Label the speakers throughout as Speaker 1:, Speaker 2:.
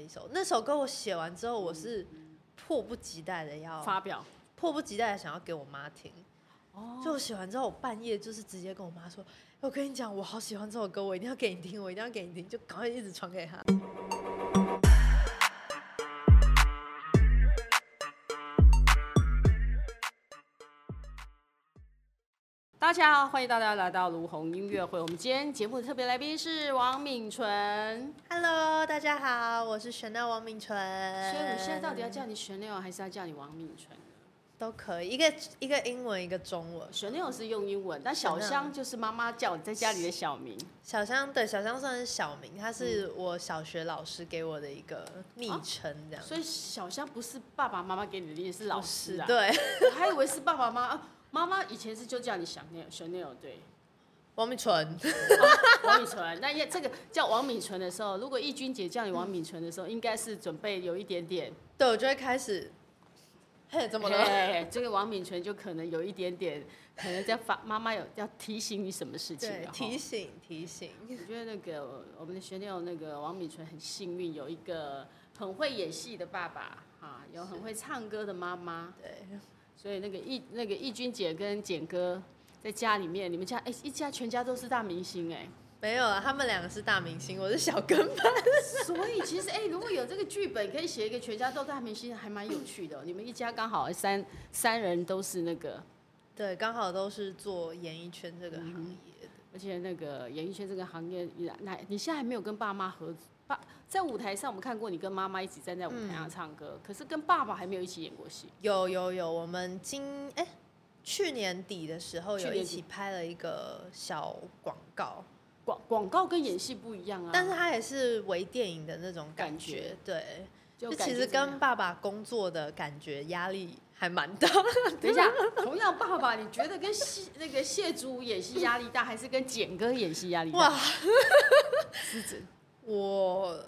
Speaker 1: 一首。那首歌我写完之后，我是迫不及待的要
Speaker 2: 发表
Speaker 1: 迫不及待的想要给我妈听。
Speaker 2: 哦
Speaker 1: 就我写完之后，我半夜就是直接跟我妈说：“我跟你讲，我好喜欢这首歌，我一定要给你听，我一定要给你听。”就赶快一直传给她。
Speaker 2: 大家好，欢迎大家来到卢红音乐会。我们今天节目的特别来宾是王敏纯。
Speaker 1: Hello，大家好，我是玄娜王敏纯。
Speaker 2: 所以我
Speaker 1: 所
Speaker 2: 们现在到底要叫你玄六，还是要叫你王敏纯？呃
Speaker 1: 都可以，一个一个英文，一个中文。
Speaker 2: 玄六是用英文，但小香就是妈妈叫你在家里的小名。
Speaker 1: 小香对小香算是小名，她
Speaker 2: 嗯
Speaker 1: 是我小学老师给我的一个昵称，这样。
Speaker 2: 哦所以小香不是爸爸妈妈给你的，也是老师啊。
Speaker 1: 对，
Speaker 2: 我还以为是爸爸妈妈。啊妈妈以前是就叫你小六，小六对。
Speaker 1: 王敏纯。
Speaker 2: 王敏纯，那也这个叫王敏纯的时候，如果义君姐叫你王敏纯的时候，应该是准备有一点点，
Speaker 1: 对，我就会开始，嘿，怎么了？
Speaker 2: 哎这个王敏纯就可能有一点点，可能在发妈妈有要提醒你什么事情
Speaker 1: 对
Speaker 2: 了，哈
Speaker 1: 提醒提醒，
Speaker 2: 我觉得那个我们的学友那个王敏纯很幸运，有一个很会演戏的爸爸啊，有很会唱歌的妈妈，
Speaker 1: 对，
Speaker 2: 所以那个义那个义君姐跟简哥在家里面，你们家哎、一家全家都是大明星哎、
Speaker 1: 没有啊，他们两个是大明星，我是小跟班。
Speaker 2: 所以其实，哎、如果有这个剧本，可以写一个全家都大明星，还蛮有趣的哦、你们一家刚好三三人都是那个，
Speaker 1: 对，刚好都是做演艺圈这个
Speaker 2: 嗯
Speaker 1: 行业的。
Speaker 2: 而且那个演艺圈这个行业，你那你现在还没有跟爸妈合爸在舞台上，我们看过你跟妈妈一起站在舞台
Speaker 1: 嗯
Speaker 2: 上唱歌，可是跟爸爸还没有一起演过戏。
Speaker 1: 有有有，我们今哎、去年底的时候
Speaker 2: 去
Speaker 1: 有
Speaker 2: 年
Speaker 1: 一
Speaker 2: 底
Speaker 1: 起拍了一个小广告，
Speaker 2: 广广告跟演戏不一样啊，
Speaker 1: 但是它也是微电影的那种感
Speaker 2: 感觉
Speaker 1: 觉，对，
Speaker 2: 就
Speaker 1: 就
Speaker 2: 感
Speaker 1: 其
Speaker 2: 觉
Speaker 1: 实
Speaker 2: 怎么
Speaker 1: 跟
Speaker 2: 样
Speaker 1: 爸爸工作的感觉压力还蛮大。
Speaker 2: 等一下，同样爸爸，你觉得跟谢那个谢祖武演戏压力大，还是跟简哥演戏压力大？
Speaker 1: 哇，
Speaker 2: 是指
Speaker 1: 我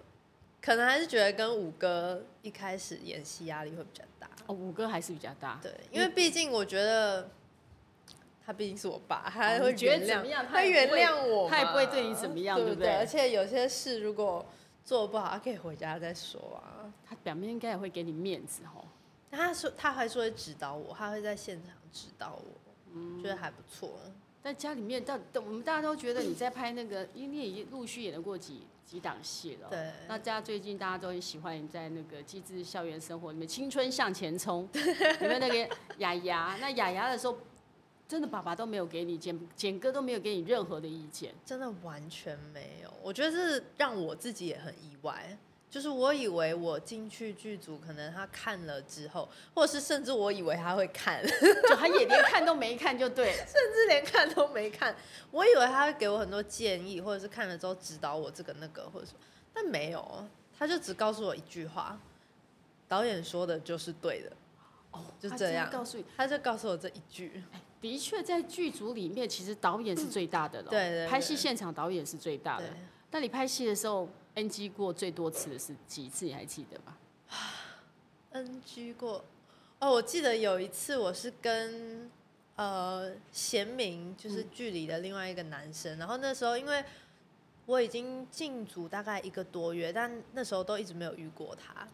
Speaker 1: 可能还是觉得跟五哥一开始演戏压力会比较大，
Speaker 2: 哦，五哥还是比较大。
Speaker 1: 对，因为毕竟我觉得他毕竟是我爸，他会
Speaker 2: 哦你觉
Speaker 1: 原
Speaker 2: 得
Speaker 1: 谅，
Speaker 2: 怎么样他
Speaker 1: 他
Speaker 2: 也
Speaker 1: 原
Speaker 2: 不会
Speaker 1: 谅我嘛，
Speaker 2: 他也不会对你怎么样
Speaker 1: 对
Speaker 2: 对
Speaker 1: 不
Speaker 2: 不对
Speaker 1: 而且有些事如果做不好，他可以回家再说啊。
Speaker 2: 他表面应该也会给你面子哦。
Speaker 1: 他说他还说会指导我，他会在现场指导我，
Speaker 2: 嗯
Speaker 1: 觉得还不错。
Speaker 2: 但家里面到，到我们大家都觉得你在拍那个，因为你已经陆续演了过几几档戏了哦。
Speaker 1: 对
Speaker 2: 那大家最近大家都很喜欢你在那个《机智校园生活》里面《青春向 前冲》里面那个雅雅。那雅雅的时候，真的爸爸都没有给你简简哥都没有给你任何的意见。
Speaker 1: 真的完全没有。我觉得这让我自己也很意外，就是我以为我进去剧组，可能他看了之后，或者是甚至我以为他会看， 甚
Speaker 2: 就他也连看都没看就对了，
Speaker 1: 至连看都没看。我以为他会给我很多建议，或者是看了之后指导我这个那个，或者说，但没有，他就只告诉我一句话：导演说的就是对的。
Speaker 2: 哦，
Speaker 1: 就
Speaker 2: 他
Speaker 1: 这
Speaker 2: 真的
Speaker 1: 样
Speaker 2: 告诉你，
Speaker 1: 他就告诉我这一句，
Speaker 2: 的确在剧组里面，其实导演是最大的
Speaker 1: 嗯
Speaker 2: 了。
Speaker 1: 对对对
Speaker 2: 拍戏现场导演是最大的
Speaker 1: 对。
Speaker 2: 那你拍戏的时候 NG 过最多次的是几次？你还记得吗？
Speaker 1: NG 过。哦，我记得有一次我是跟呃贤明，就是
Speaker 2: 嗯
Speaker 1: 剧里的另外一个男生，然后那时候因为我已经进组大概一个多月，但那时候都一直没有遇过他。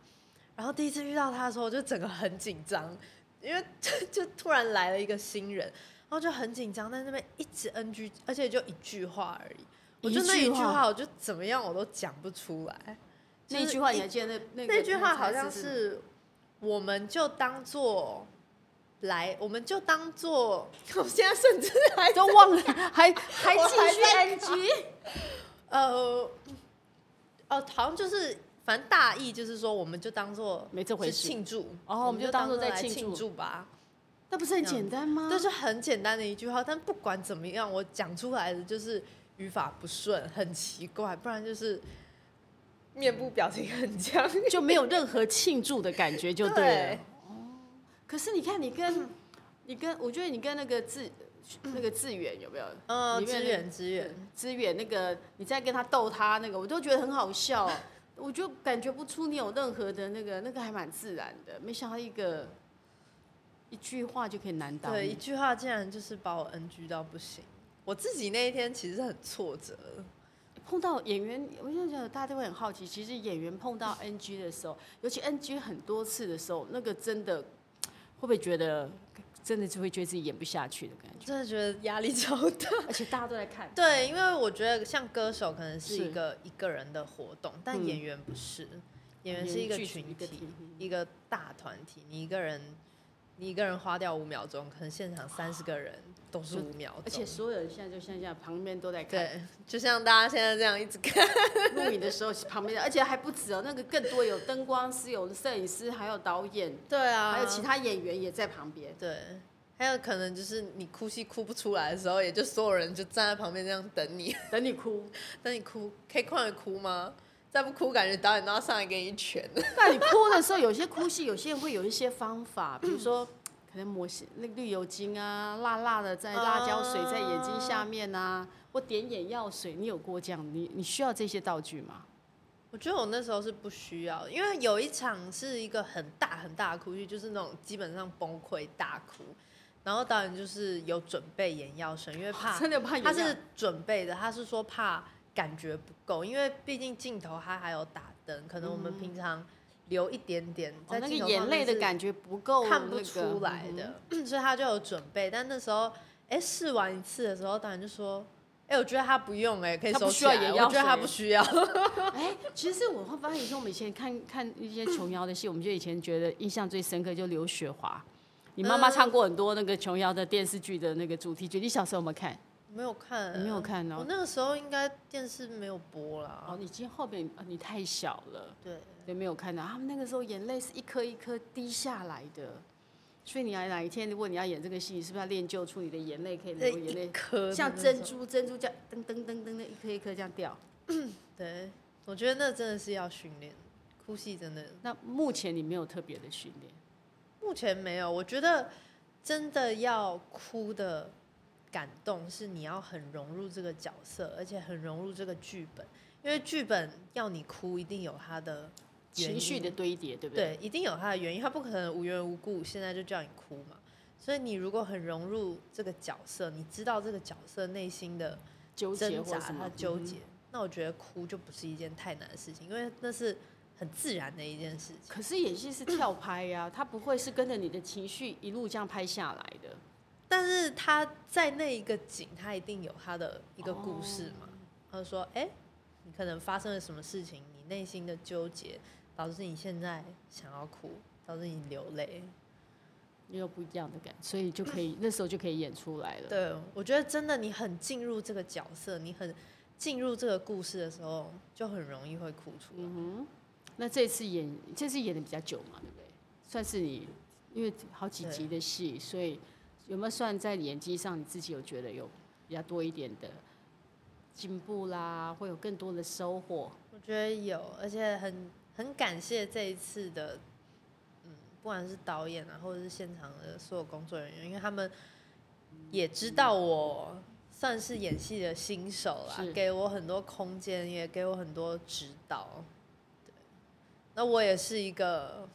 Speaker 1: 然后第一次遇到他的时候，我就整个很紧张，因为 就就突然来了一个新人，然后就很紧张，在那边一直 NG，而且就一句话而已。我就那
Speaker 2: 一
Speaker 1: 一
Speaker 2: 句
Speaker 1: 句
Speaker 2: 话
Speaker 1: 话，我就怎么样我都讲不出来。
Speaker 2: 那
Speaker 1: 就
Speaker 2: 一
Speaker 1: 是
Speaker 2: 句话你还记得那那个
Speaker 1: 那句话好
Speaker 2: 台
Speaker 1: 像
Speaker 2: 词
Speaker 1: 是，我们就当做来，我们就当做， 我现在甚至还
Speaker 2: 都忘了，还还
Speaker 1: 我还在
Speaker 2: 继续 NG。
Speaker 1: 呃，哦，好像就是，反正大意就是说，我们就当做
Speaker 2: 没这回事
Speaker 1: 庆祝，
Speaker 2: 哦我们就当作
Speaker 1: 作
Speaker 2: 在
Speaker 1: 来
Speaker 2: 庆
Speaker 1: 庆
Speaker 2: 祝啊
Speaker 1: 祝吧，
Speaker 2: 那不是很简单吗？
Speaker 1: 这是很简单的一句话，但不管怎么样，我讲出来的就是语法不顺，很奇怪，不然就是面部表情很僵，
Speaker 2: 就没有任何庆祝的感觉，就对了。
Speaker 1: 对
Speaker 2: 哦，可是你看，你跟你跟，我觉得你跟那个志那个志远有没有？
Speaker 1: 嗯，
Speaker 2: 里面
Speaker 1: 支
Speaker 2: 那
Speaker 1: 援支援，
Speaker 2: 资源那个，你在跟他逗他那个，我都觉得很好笑，我就感觉不出你有任何的那个，那个还蛮自然的。没想到一个一句话就可以难倒
Speaker 1: 对，一
Speaker 2: 你，
Speaker 1: 句话竟然就是把我 NG 到不行。我自己那一天其实很挫折，
Speaker 2: 碰到演员，我就觉得大家都会很好奇。其实演员碰到 NG 的时候，尤其 NG 很多次的时候，那个真的会不会觉得真的就会觉得自己演不下去的 感觉？
Speaker 1: 真的觉得压力超大。
Speaker 2: 而且大家都在看，
Speaker 1: 对，因为我觉得像歌手可能是
Speaker 2: 是
Speaker 1: 一个一个人的活动，但
Speaker 2: 嗯
Speaker 1: 演员不是，演员
Speaker 2: 演
Speaker 1: 是一
Speaker 2: 员
Speaker 1: 个
Speaker 2: 剧组
Speaker 1: 群
Speaker 2: 一个
Speaker 1: 体
Speaker 2: 体，
Speaker 1: 一个大团体，你一个人。你一个人花掉五秒钟，可能现场三十个人都是
Speaker 2: 就
Speaker 1: 五秒钟，
Speaker 2: 而且所有人现在就像这样，旁边都在看。
Speaker 1: 对，就像大家现在这样一直看，
Speaker 2: 录影的时候旁边的，而且还不止哦，那个更多有灯光师、有摄影师，还有导演，
Speaker 1: 对啊
Speaker 2: 还有其他演员也在旁边。
Speaker 1: 对，还有可能就是你哭戏哭不出来的时候，也就所有人就站在旁边这样等你，
Speaker 2: 等你哭，
Speaker 1: 等你哭，可以快点哭吗？再不哭，感觉导演都要上来给你一拳了。
Speaker 2: 那你哭的时候，有些哭戏，有些人会有一些方法，比如 说可能抹些那个绿油精啊，辣辣的在辣椒水在眼睛下面啊，或点眼药水。你有过这样？你你需要这些道具吗？
Speaker 1: 我觉得我那时候是不需要，因为有一场是一个很大很大的哭戏，就是那种基本上崩溃大哭，然后导演就是有准备眼药水，因为 怕
Speaker 2: 真的怕眼
Speaker 1: 他
Speaker 2: 药
Speaker 1: 是准备的，他是说怕感觉不够，因为毕竟镜头他还有打灯，可能我们平常流一点点
Speaker 2: 哦
Speaker 1: 在
Speaker 2: 那
Speaker 1: 镜
Speaker 2: 个
Speaker 1: 头上
Speaker 2: 眼泪的
Speaker 1: 面是
Speaker 2: 感觉不哦够、那个，
Speaker 1: 看不出 来
Speaker 2: 嗯
Speaker 1: 的， 所以他就有准备。但那时候，哎，试完一次的时候，导演就说：“哎，我觉得他不用，哎，可以
Speaker 2: 他
Speaker 1: 收
Speaker 2: 不
Speaker 1: 起
Speaker 2: 需要
Speaker 1: 来。
Speaker 2: 眼
Speaker 1: 我
Speaker 2: 药
Speaker 1: 觉得他
Speaker 2: 水
Speaker 1: 不需要。
Speaker 2: 哎、其实我会发现，以前我们以前看看一些琼瑶的戏，我们就以前觉得印象最深刻就刘雪华。你妈妈唱过很多那个琼瑶的电视剧的那个主题曲，你小时候有没有看？
Speaker 1: 没有看，
Speaker 2: 你没有看哦
Speaker 1: 我那个时候应该电视没有播啦
Speaker 2: 哦，。你已经后面啊你太小了，
Speaker 1: 对，
Speaker 2: 对，没有看到。他们那个时候眼泪是一颗一颗滴下来的，所以你要哪一天如果你要演这个戏，你是不是要练就出你的眼泪可以
Speaker 1: 这
Speaker 2: 流眼
Speaker 1: 一
Speaker 2: 泪，
Speaker 1: 颗的
Speaker 2: 哎像
Speaker 1: 那
Speaker 2: 珍
Speaker 1: 种。
Speaker 2: 珠珍珠这样噔噔噔噔的一颗一颗这样掉。
Speaker 1: 对，我觉得那真的是要训练，哭戏真的
Speaker 2: 那目前你没有特别的训练，
Speaker 1: 目前没有，我觉得真的要哭的感动是你要很融入这个角色，而且很融入这个剧本，因为剧本要你哭，一定有它的原因
Speaker 2: 情绪的堆叠，对不对？
Speaker 1: 对，一定有它的原因，它不可能无缘无故现在就叫你哭嘛。所以你如果很融入这个角色，你知道这个角色内心的
Speaker 2: 纠结
Speaker 1: 挣
Speaker 2: 或
Speaker 1: 扎，
Speaker 2: 什么嗯
Speaker 1: 他纠结，那我觉得哭就不是一件太难的事情，因为那是很自然的一件事情。
Speaker 2: 可是演戏是跳拍呀、它不会是跟着你的情绪一路这样拍下来的。
Speaker 1: 但是他在那一个景，他一定有他的一个故事嘛。他就说：“哎、你可能发生了什么事情，你内心的纠结，导致你现在想要哭，导致你流泪。
Speaker 2: 也有不一样的感觉，所以就可以那时候就可以演出来了。
Speaker 1: 对，我觉得真的你很进入这个角色，你很进入这个故事的时候，就很容易会哭出来。
Speaker 2: 那这次演这次演的比较久嘛，对不对？算是你因为好几集的戏，所以有没有算在演技上你自己有觉得有比较多一点的进步啦，会有更多的收获？
Speaker 1: 我觉得有，而且很很感谢这一次的，嗯，不管是导演啊，或者是现场的所有工作人员，因为他们也知道我算是演戏的新手啦
Speaker 2: 是，
Speaker 1: 给我很多空间，也给我很多指导。对，那我也是一个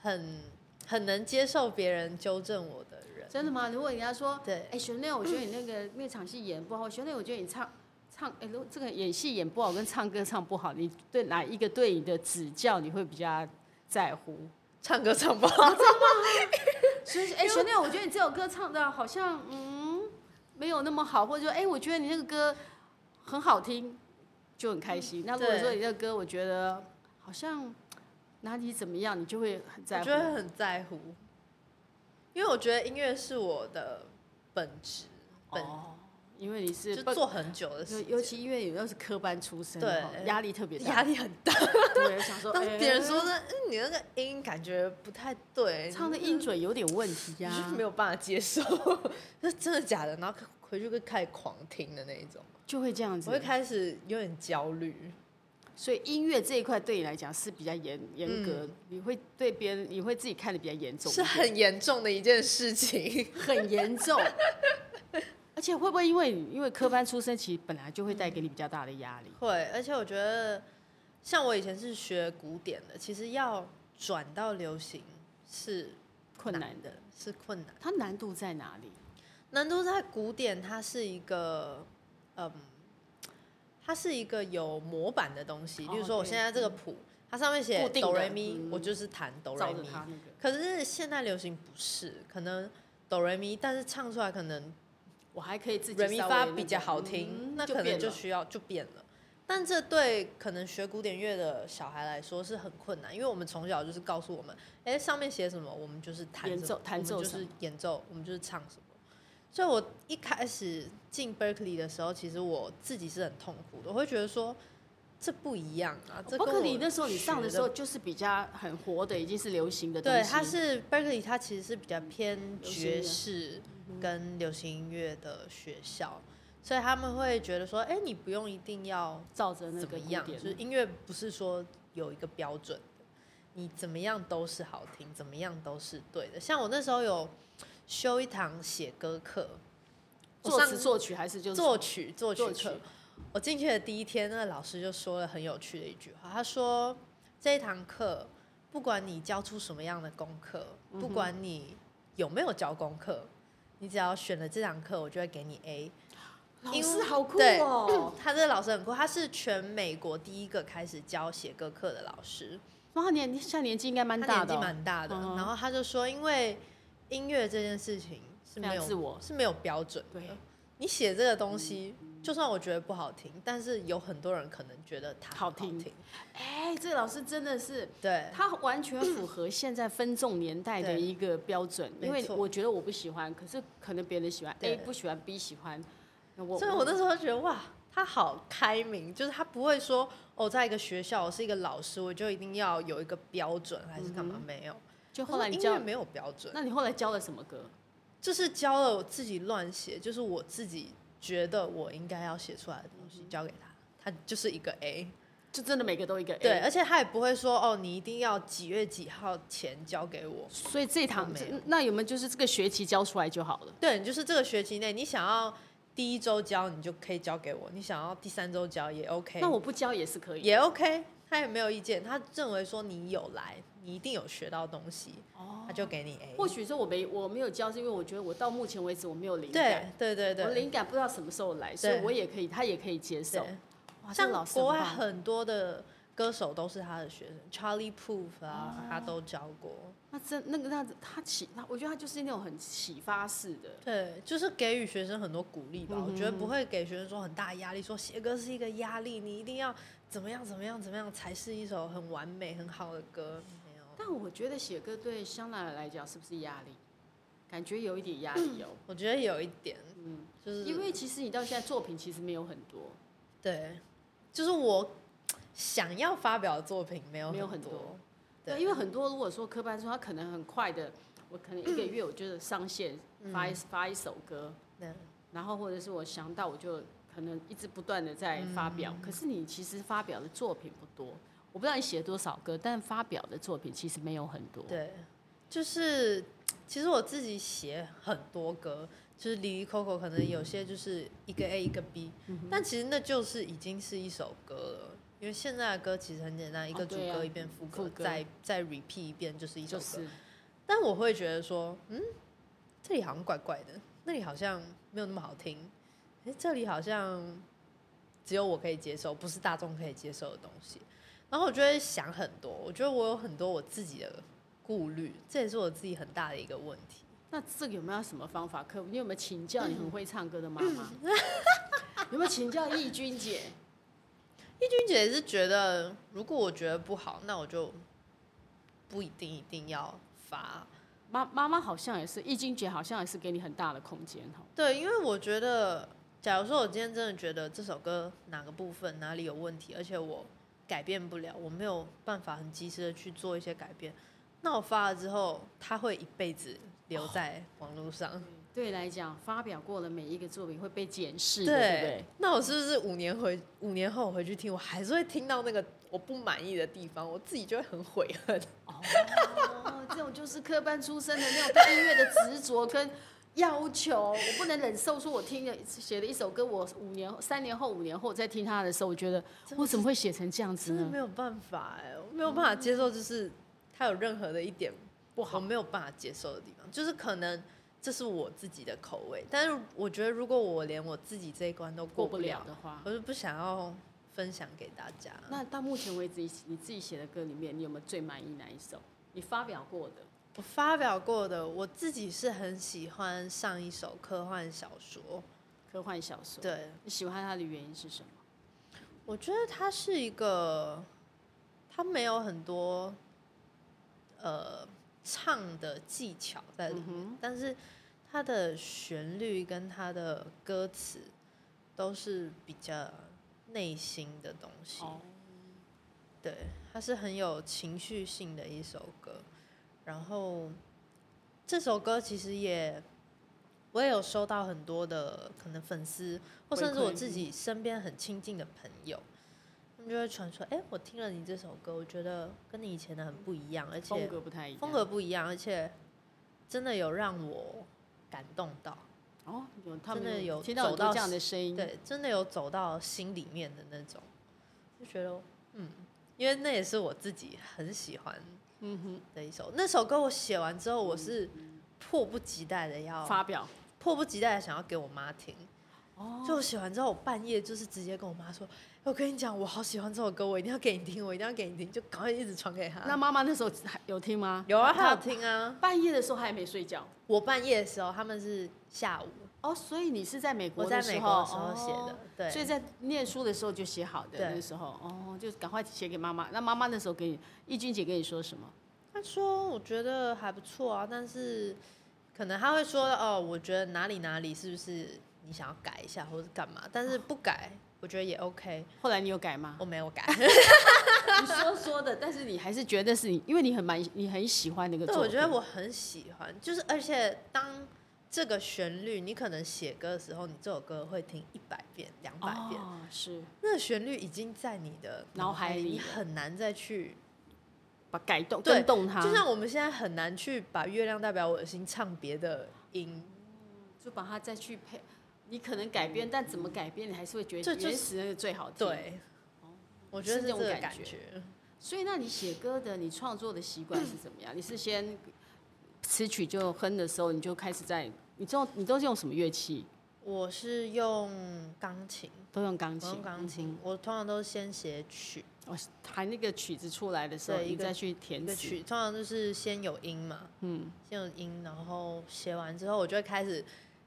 Speaker 1: 很很能接受别人纠正我的人。
Speaker 2: 真的吗？如果人家说，
Speaker 1: 对
Speaker 2: 哎，熊内，我觉得你那个那场戏演不好，熊内，我觉得你唱唱，哎，如果这个演戏演不好跟唱歌唱不好，你对哪一个对你的指教你会比较在乎？
Speaker 1: 唱歌唱不好，
Speaker 2: 所以，哎，熊内，我觉得你这首歌唱的好像嗯没有那么好，或者说，哎，我觉得你那个歌很好听，就很开心。那如果
Speaker 1: 对
Speaker 2: 说你那个歌，我觉得好像哪里怎么样，你就会很在
Speaker 1: 我
Speaker 2: 乎
Speaker 1: 觉。得很在乎，因为我觉得音乐是我的本职，本、
Speaker 2: 哦，因为你是
Speaker 1: 就
Speaker 2: 不
Speaker 1: 做很久的
Speaker 2: 尤
Speaker 1: 事情，
Speaker 2: 尤其因为你又是科班出身的哈，
Speaker 1: 对
Speaker 2: 压力特别
Speaker 1: 压
Speaker 2: 大。
Speaker 1: 力很大。
Speaker 2: 对，我想说，
Speaker 1: 当
Speaker 2: 哎
Speaker 1: 别人说呢，嗯，你那个音感觉不太对，
Speaker 2: 哎唱的音准有点问题
Speaker 1: 你
Speaker 2: 呀、
Speaker 1: 就是 没有办法接受，那真的假的？然后回去会开始狂听的那一种，
Speaker 2: 就会这样子
Speaker 1: 我会。开始有点焦虑。
Speaker 2: 所以音乐这一块对你来讲是比较严严格，你会对别人，你会自己看的比较严重，
Speaker 1: 嗯是啊很严重的一件事情，
Speaker 2: 很严重。而且会不会因为你因为科班出身，其实本来就会带给你比较大的压力？
Speaker 1: 会，而且我觉得，像我以前是学古典的，其实要转到流行是
Speaker 2: 困难的，
Speaker 1: 是困难。
Speaker 2: 它难度在哪里？
Speaker 1: 难度在古典，它是一个嗯它是一个有模板的东西，
Speaker 2: 哦
Speaker 1: 比如说我
Speaker 2: 对
Speaker 1: 现在这个谱，它上面写
Speaker 2: 固定的
Speaker 1: 哆来咪
Speaker 2: 嗯，
Speaker 1: 我就是弹哆来
Speaker 2: 照着
Speaker 1: 咪。
Speaker 2: 他那个
Speaker 1: 可是现代流行不是，可能哆来咪，但是唱出来可能
Speaker 2: 我还可以自己
Speaker 1: 瑞咪
Speaker 2: 稍微
Speaker 1: 发
Speaker 2: 那个
Speaker 1: 比较好听，
Speaker 2: 嗯
Speaker 1: 那
Speaker 2: 就
Speaker 1: 可能
Speaker 2: 变
Speaker 1: 就
Speaker 2: 了
Speaker 1: 需要就变了。但这对可能学古典乐的小孩来说是很困难，因为我们从小就是告诉我们，哎、上面写什么，我们就是弹
Speaker 2: 演
Speaker 1: 什
Speaker 2: 奏
Speaker 1: 么
Speaker 2: 弹奏
Speaker 1: 我们
Speaker 2: 什
Speaker 1: 就
Speaker 2: 么
Speaker 1: 是演奏，我们就是唱什么。所以我一开始进 Berkeley 的时候，其实我自己是很痛苦的，我会觉得说这不一样啊。这
Speaker 2: 伯克
Speaker 1: 跟
Speaker 2: 利
Speaker 1: 我
Speaker 2: 那时候你上的
Speaker 1: 学
Speaker 2: 时候就是比较很活的，已经是流行的东西。
Speaker 1: 对，它是 Berkeley，它其实是比较偏
Speaker 2: 流行音
Speaker 1: 爵
Speaker 2: 乐嗯
Speaker 1: 士跟流行音乐的学校，所以他们会觉得说，哎、你不用一定要
Speaker 2: 照着那
Speaker 1: 怎
Speaker 2: 个
Speaker 1: 么
Speaker 2: 古
Speaker 1: 样，
Speaker 2: 典
Speaker 1: 就是音乐不是说有一个标准的，你怎么样都是好听，怎么样都是对的。像我那时候有修一堂写歌课，我
Speaker 2: 作
Speaker 1: 上
Speaker 2: 词作曲还是就是
Speaker 1: 作曲作曲
Speaker 2: 作曲
Speaker 1: 课，我进去的第一天，那个老师就说了很有趣的一句话，他说这一堂课，不管你交出什么样的功课，
Speaker 2: 嗯
Speaker 1: 不管你有没有交功课，你只要选了这堂课，我就会给你 A。
Speaker 2: 老
Speaker 1: 因
Speaker 2: 师
Speaker 1: 为
Speaker 2: 好酷
Speaker 1: 对
Speaker 2: 哦！
Speaker 1: 他这个老师很酷，他是全美国第一个开始教写歌课的老师，
Speaker 2: 哇，年现在年纪应该蛮
Speaker 1: 他
Speaker 2: 大
Speaker 1: 年
Speaker 2: 的
Speaker 1: 纪
Speaker 2: 哦，
Speaker 1: 蛮大的。
Speaker 2: 嗯哼
Speaker 1: 然后他就说，因为音乐这件事情是
Speaker 2: 非
Speaker 1: 没
Speaker 2: 常
Speaker 1: 有
Speaker 2: 自我。
Speaker 1: 是没有标准的
Speaker 2: 对。
Speaker 1: 你写这个东西，就算我觉得不好听，但是有很多人可能觉得它很
Speaker 2: 好
Speaker 1: 好
Speaker 2: 听哎，这个老师真的是，
Speaker 1: 对，
Speaker 2: 他完全符合现在分众年代的
Speaker 1: 对
Speaker 2: 一个标准。
Speaker 1: 没
Speaker 2: 因为
Speaker 1: 错
Speaker 2: 我觉得我不喜欢，可是可能别人喜欢
Speaker 1: 对
Speaker 2: ，A 不喜欢，B 喜欢。那我
Speaker 1: 所以我那时候觉得哇，他好开明，就是他不会说哦，在一个学校我是一个老师，我就一定要有一个标准还是干嘛？没有，
Speaker 2: 嗯就
Speaker 1: 他
Speaker 2: 后来
Speaker 1: 说
Speaker 2: 你
Speaker 1: 音
Speaker 2: 教
Speaker 1: 乐，没有标准，
Speaker 2: 那你后来教了什么歌？
Speaker 1: 就是教了我自己乱写，就是我自己觉得我应该要写出来的东
Speaker 2: 嗯
Speaker 1: 西交给他。他就是一个 A，
Speaker 2: 就真的每个都一个 A。
Speaker 1: 对，而且他也不会说哦，你一定要几月几号前交给我，
Speaker 2: 所以这一堂
Speaker 1: 都没
Speaker 2: 这
Speaker 1: 有
Speaker 2: 那有没有就是这个学期教出来就好了？
Speaker 1: 对，你就是这个学期内，你想要第一周交，你就可以交给我；你想要第三周交也 OK，
Speaker 2: 那我不教也是可以。
Speaker 1: 也 OK，他也没有意见，他认为说你有来，你一定有学到东西，
Speaker 2: 哦
Speaker 1: 他就给你 A。
Speaker 2: 或许说我没我没有教，是因为我觉得我到目前为止我没有灵
Speaker 1: 对
Speaker 2: 感，
Speaker 1: 对对
Speaker 2: 我
Speaker 1: 对，
Speaker 2: 灵感不知道什么时候来，所以我也可以，他也可以接受。
Speaker 1: 对，
Speaker 2: 哇，这
Speaker 1: 像
Speaker 2: 个老师
Speaker 1: 国外
Speaker 2: 棒
Speaker 1: 很多的歌手都是他的学生，Charlie Puth
Speaker 2: 哦
Speaker 1: 啊，他都教过。
Speaker 2: 那真那个那他启他，我觉得他就是那种很启发式的。
Speaker 1: 对，就是给予学生很多鼓励吧。
Speaker 2: 嗯哼
Speaker 1: 我觉得不会给学生说很大的压力，说写歌是一个压力，你一定要怎么样怎么样怎么样才是一首很完美很好的歌。没有，
Speaker 2: 但我觉得写歌对香奈儿来讲是不是压力？感觉有一点压 力哦，
Speaker 1: 我觉得有一点，
Speaker 2: 嗯，
Speaker 1: 就是
Speaker 2: 因为其实你到现在作品其实没有很多，
Speaker 1: 对，就是我想要发表的作品没有
Speaker 2: 没有
Speaker 1: 很
Speaker 2: 很多
Speaker 1: 对
Speaker 2: 对，因为很多如果说科班出，他可能很快的，我可能一个月我就上线发一、发一首歌，
Speaker 1: 嗯对
Speaker 2: 然后或者是我想到我就可能一直不断的在发表，
Speaker 1: 嗯
Speaker 2: 可是你其实发表的作品不多，我不知道你写了多少歌，但发表的作品其实没有很多。
Speaker 1: 对，就是其实我自己写很多歌，就是离离扣扣，可能有些就是一个 A 一个 B，、但
Speaker 2: 嗯
Speaker 1: 其实那就是已经是一首歌了。因为现在的歌其实很简单，一
Speaker 2: 哦
Speaker 1: 个主
Speaker 2: 对啊
Speaker 1: 歌一遍副歌，
Speaker 2: 副歌
Speaker 1: 再再 repeat 一遍就是一首
Speaker 2: 就
Speaker 1: 歌。
Speaker 2: 是
Speaker 1: 但我会觉得说，嗯，这里好像怪怪的，那里好像没有那么好听，诶，这里好像只有我可以接受，不是大众可以接受的东西。然后我就会想很多，我觉得我有很多我自己的顾虑，这也是我自己很大的一个问题。
Speaker 2: 那这个有没有什么方法？可你有没有请教你很会唱歌的妈妈？ 有没有请教易君姐？
Speaker 1: 易君姐是觉得，如果我觉得不好，那我就不一定一定要发。
Speaker 2: 妈妈妈好像也是，易君姐好像也是给你很大的空间哈。
Speaker 1: 对，因为我觉得，假如说我今天真的觉得这首歌哪个部分哪里有问题，而且我改变不了，我没有办法很及时的去做一些改变，那我发了之后，它会一辈子留
Speaker 2: 哦
Speaker 1: 在网络上。
Speaker 2: 对来讲，发表过的每一个作品会被检视
Speaker 1: 对
Speaker 2: 的，对不对？
Speaker 1: 那我是不是五年回五年后我回去听，我还是会听到那个我不满意的地方，我自己就会很悔恨。
Speaker 2: 哦， 这种就是科班出身的那种对音乐的执着跟要求，我不能忍受。说我听了写了一首歌，我五年、三年后、五年后再听它的时候，我觉得我怎么会写成这样子
Speaker 1: 真的
Speaker 2: 呢？
Speaker 1: 没有办法哎、我没有办法接受，就是他有任何的一点
Speaker 2: 不嗯
Speaker 1: 好，我没有办法接受的地方，就是可能这是我自己的口味。但是我觉得，如果我连我自己这一关都
Speaker 2: 过
Speaker 1: 不
Speaker 2: 不了的话，
Speaker 1: 我就不想要分享给大家。
Speaker 2: 那到目前为止，你自己写的歌里面，你有没有最满意哪一首？你发表过的？
Speaker 1: 我发表过的，我自己是很喜欢上一首科幻小说。
Speaker 2: 科幻小说。
Speaker 1: 对，
Speaker 2: 你喜欢它的原因是什么？
Speaker 1: 我觉得它是一个，它没有很多呃唱的技巧在里面，但是它的旋律跟它的歌词都是比较内心的东西。
Speaker 2: 哦，
Speaker 1: 对，它是很有情绪性的一首歌。然后这首歌其实也，我也有收到很多的可能粉丝，或
Speaker 2: 回
Speaker 1: 甚至我
Speaker 2: 馈嗯
Speaker 1: 自己身边很亲近的朋友，他们就会传说：“哎，我听了你这首歌，我觉得跟你以前的很不一样，而
Speaker 2: 风
Speaker 1: 且
Speaker 2: 格不太一样。
Speaker 1: 风格不一样，而且真的有让我感动到，
Speaker 2: 哦，有他
Speaker 1: 真的
Speaker 2: 们
Speaker 1: 有
Speaker 2: 听到很
Speaker 1: 走
Speaker 2: 多
Speaker 1: 到
Speaker 2: 这样的声音。
Speaker 1: 对，真的有走到心里面的那种，就觉得嗯，因为那也是我自己很喜欢。”
Speaker 2: 嗯哼，
Speaker 1: 的一首。那首歌我写完之后，我是迫不及待的要
Speaker 2: 发表。
Speaker 1: 迫不及待的想要给我妈听。
Speaker 2: 哦，
Speaker 1: 就我写完之后，我半夜就是直接跟我妈说：“哎我跟你讲，我好喜欢这首歌，我一定要给你听，我一定要给你听。”就赶快一直传给她。
Speaker 2: 那妈妈那时候还有听吗？
Speaker 1: 啊有啊，她
Speaker 2: 她
Speaker 1: 有听啊。
Speaker 2: 半夜的时候还没睡觉。
Speaker 1: 我半夜的时候，他们是下午，
Speaker 2: 哦，所以你是在美国
Speaker 1: 我在
Speaker 2: 时
Speaker 1: 美
Speaker 2: 候
Speaker 1: 国的时候写的
Speaker 2: 哦。
Speaker 1: 对，
Speaker 2: 所以在念书的时候就写好的
Speaker 1: 对
Speaker 2: 那时候，哦，就赶快写给妈妈。那妈妈那时候给你，易君姐跟你说什么？
Speaker 1: 他说我觉得还不错啊，但是可能他会说哦，我觉得哪里哪里是不是你想要改一下或者干嘛，但是不改，我觉得也 OK。
Speaker 2: 后来你有改吗？
Speaker 1: 我没有改，
Speaker 2: 你说说的，但是你还是觉得是你，因为你很蛮，你很喜欢那个
Speaker 1: 对，
Speaker 2: 作
Speaker 1: 我
Speaker 2: 品。
Speaker 1: 觉得我很喜欢，就是而且当这个旋律，你可能写歌的时候，你这首歌会听一百遍、两百遍，
Speaker 2: 哦、是
Speaker 1: 那个旋律已经在你的
Speaker 2: 脑海里
Speaker 1: 里，你
Speaker 2: 了
Speaker 1: 很难再去。
Speaker 2: 把改动
Speaker 1: 对
Speaker 2: 跟动它，
Speaker 1: 就像我们现在很难去把《月亮代表我的心》唱别的音，
Speaker 2: 就把它再去配。你可能改变，但怎么改变，你还是会觉
Speaker 1: 这
Speaker 2: 得
Speaker 1: 就是
Speaker 2: 原始那个最好听。，
Speaker 1: 对，我觉得
Speaker 2: 是
Speaker 1: 是
Speaker 2: 这
Speaker 1: 这
Speaker 2: 种
Speaker 1: 个
Speaker 2: 感
Speaker 1: 感
Speaker 2: 觉
Speaker 1: 觉。
Speaker 2: 所以那你写歌的，你创作的习惯是怎么样？你是先词曲就哼的时候，你就开始在，你知道你都是用什么乐器？
Speaker 1: 我是用钢琴，
Speaker 2: 都用钢
Speaker 1: 我
Speaker 2: 琴。
Speaker 1: 用钢
Speaker 2: 嗯
Speaker 1: 琴，我通常都是先写曲，
Speaker 2: 我弹那个曲子出来的时候，
Speaker 1: 对一
Speaker 2: 你
Speaker 1: 个
Speaker 2: 再去
Speaker 1: 一
Speaker 2: 填
Speaker 1: 个
Speaker 2: 词。
Speaker 1: 曲通常就是先有音嘛，嗯，先有音，然后写完之后，我就会开始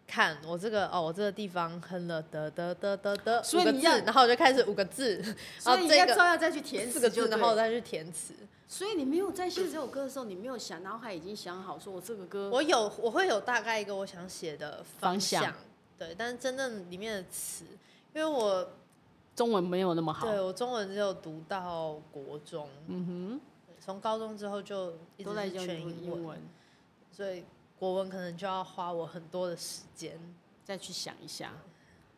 Speaker 1: 看我这个哦，我这个地方哼了得得得得得
Speaker 2: 所以
Speaker 1: 五个
Speaker 2: 你
Speaker 1: 字，
Speaker 2: 要
Speaker 1: 然后我就开始五个字，
Speaker 2: 所以
Speaker 1: 哦
Speaker 2: 你
Speaker 1: 这
Speaker 2: 要
Speaker 1: 个
Speaker 2: 照样再去填
Speaker 1: 四
Speaker 2: 词
Speaker 1: 个
Speaker 2: 就
Speaker 1: 字，
Speaker 2: 对
Speaker 1: 然后我再去填词。
Speaker 2: 所以你没有在写这首歌的时候，你没有想，脑海已经想好，说我这个歌
Speaker 1: 我有我会有大概一个我想写的方
Speaker 2: 嗯方向
Speaker 1: 对，但是真正里面的词，因为我
Speaker 2: 中文没有那么好，
Speaker 1: 对我中文只有读到国中，嗯哼，从高中之后就一直
Speaker 2: 都在
Speaker 1: 是
Speaker 2: 用
Speaker 1: 全
Speaker 2: 英
Speaker 1: 文，
Speaker 2: 文，
Speaker 1: 所以国文可能就要花我很多的时间。
Speaker 2: 再去想一下。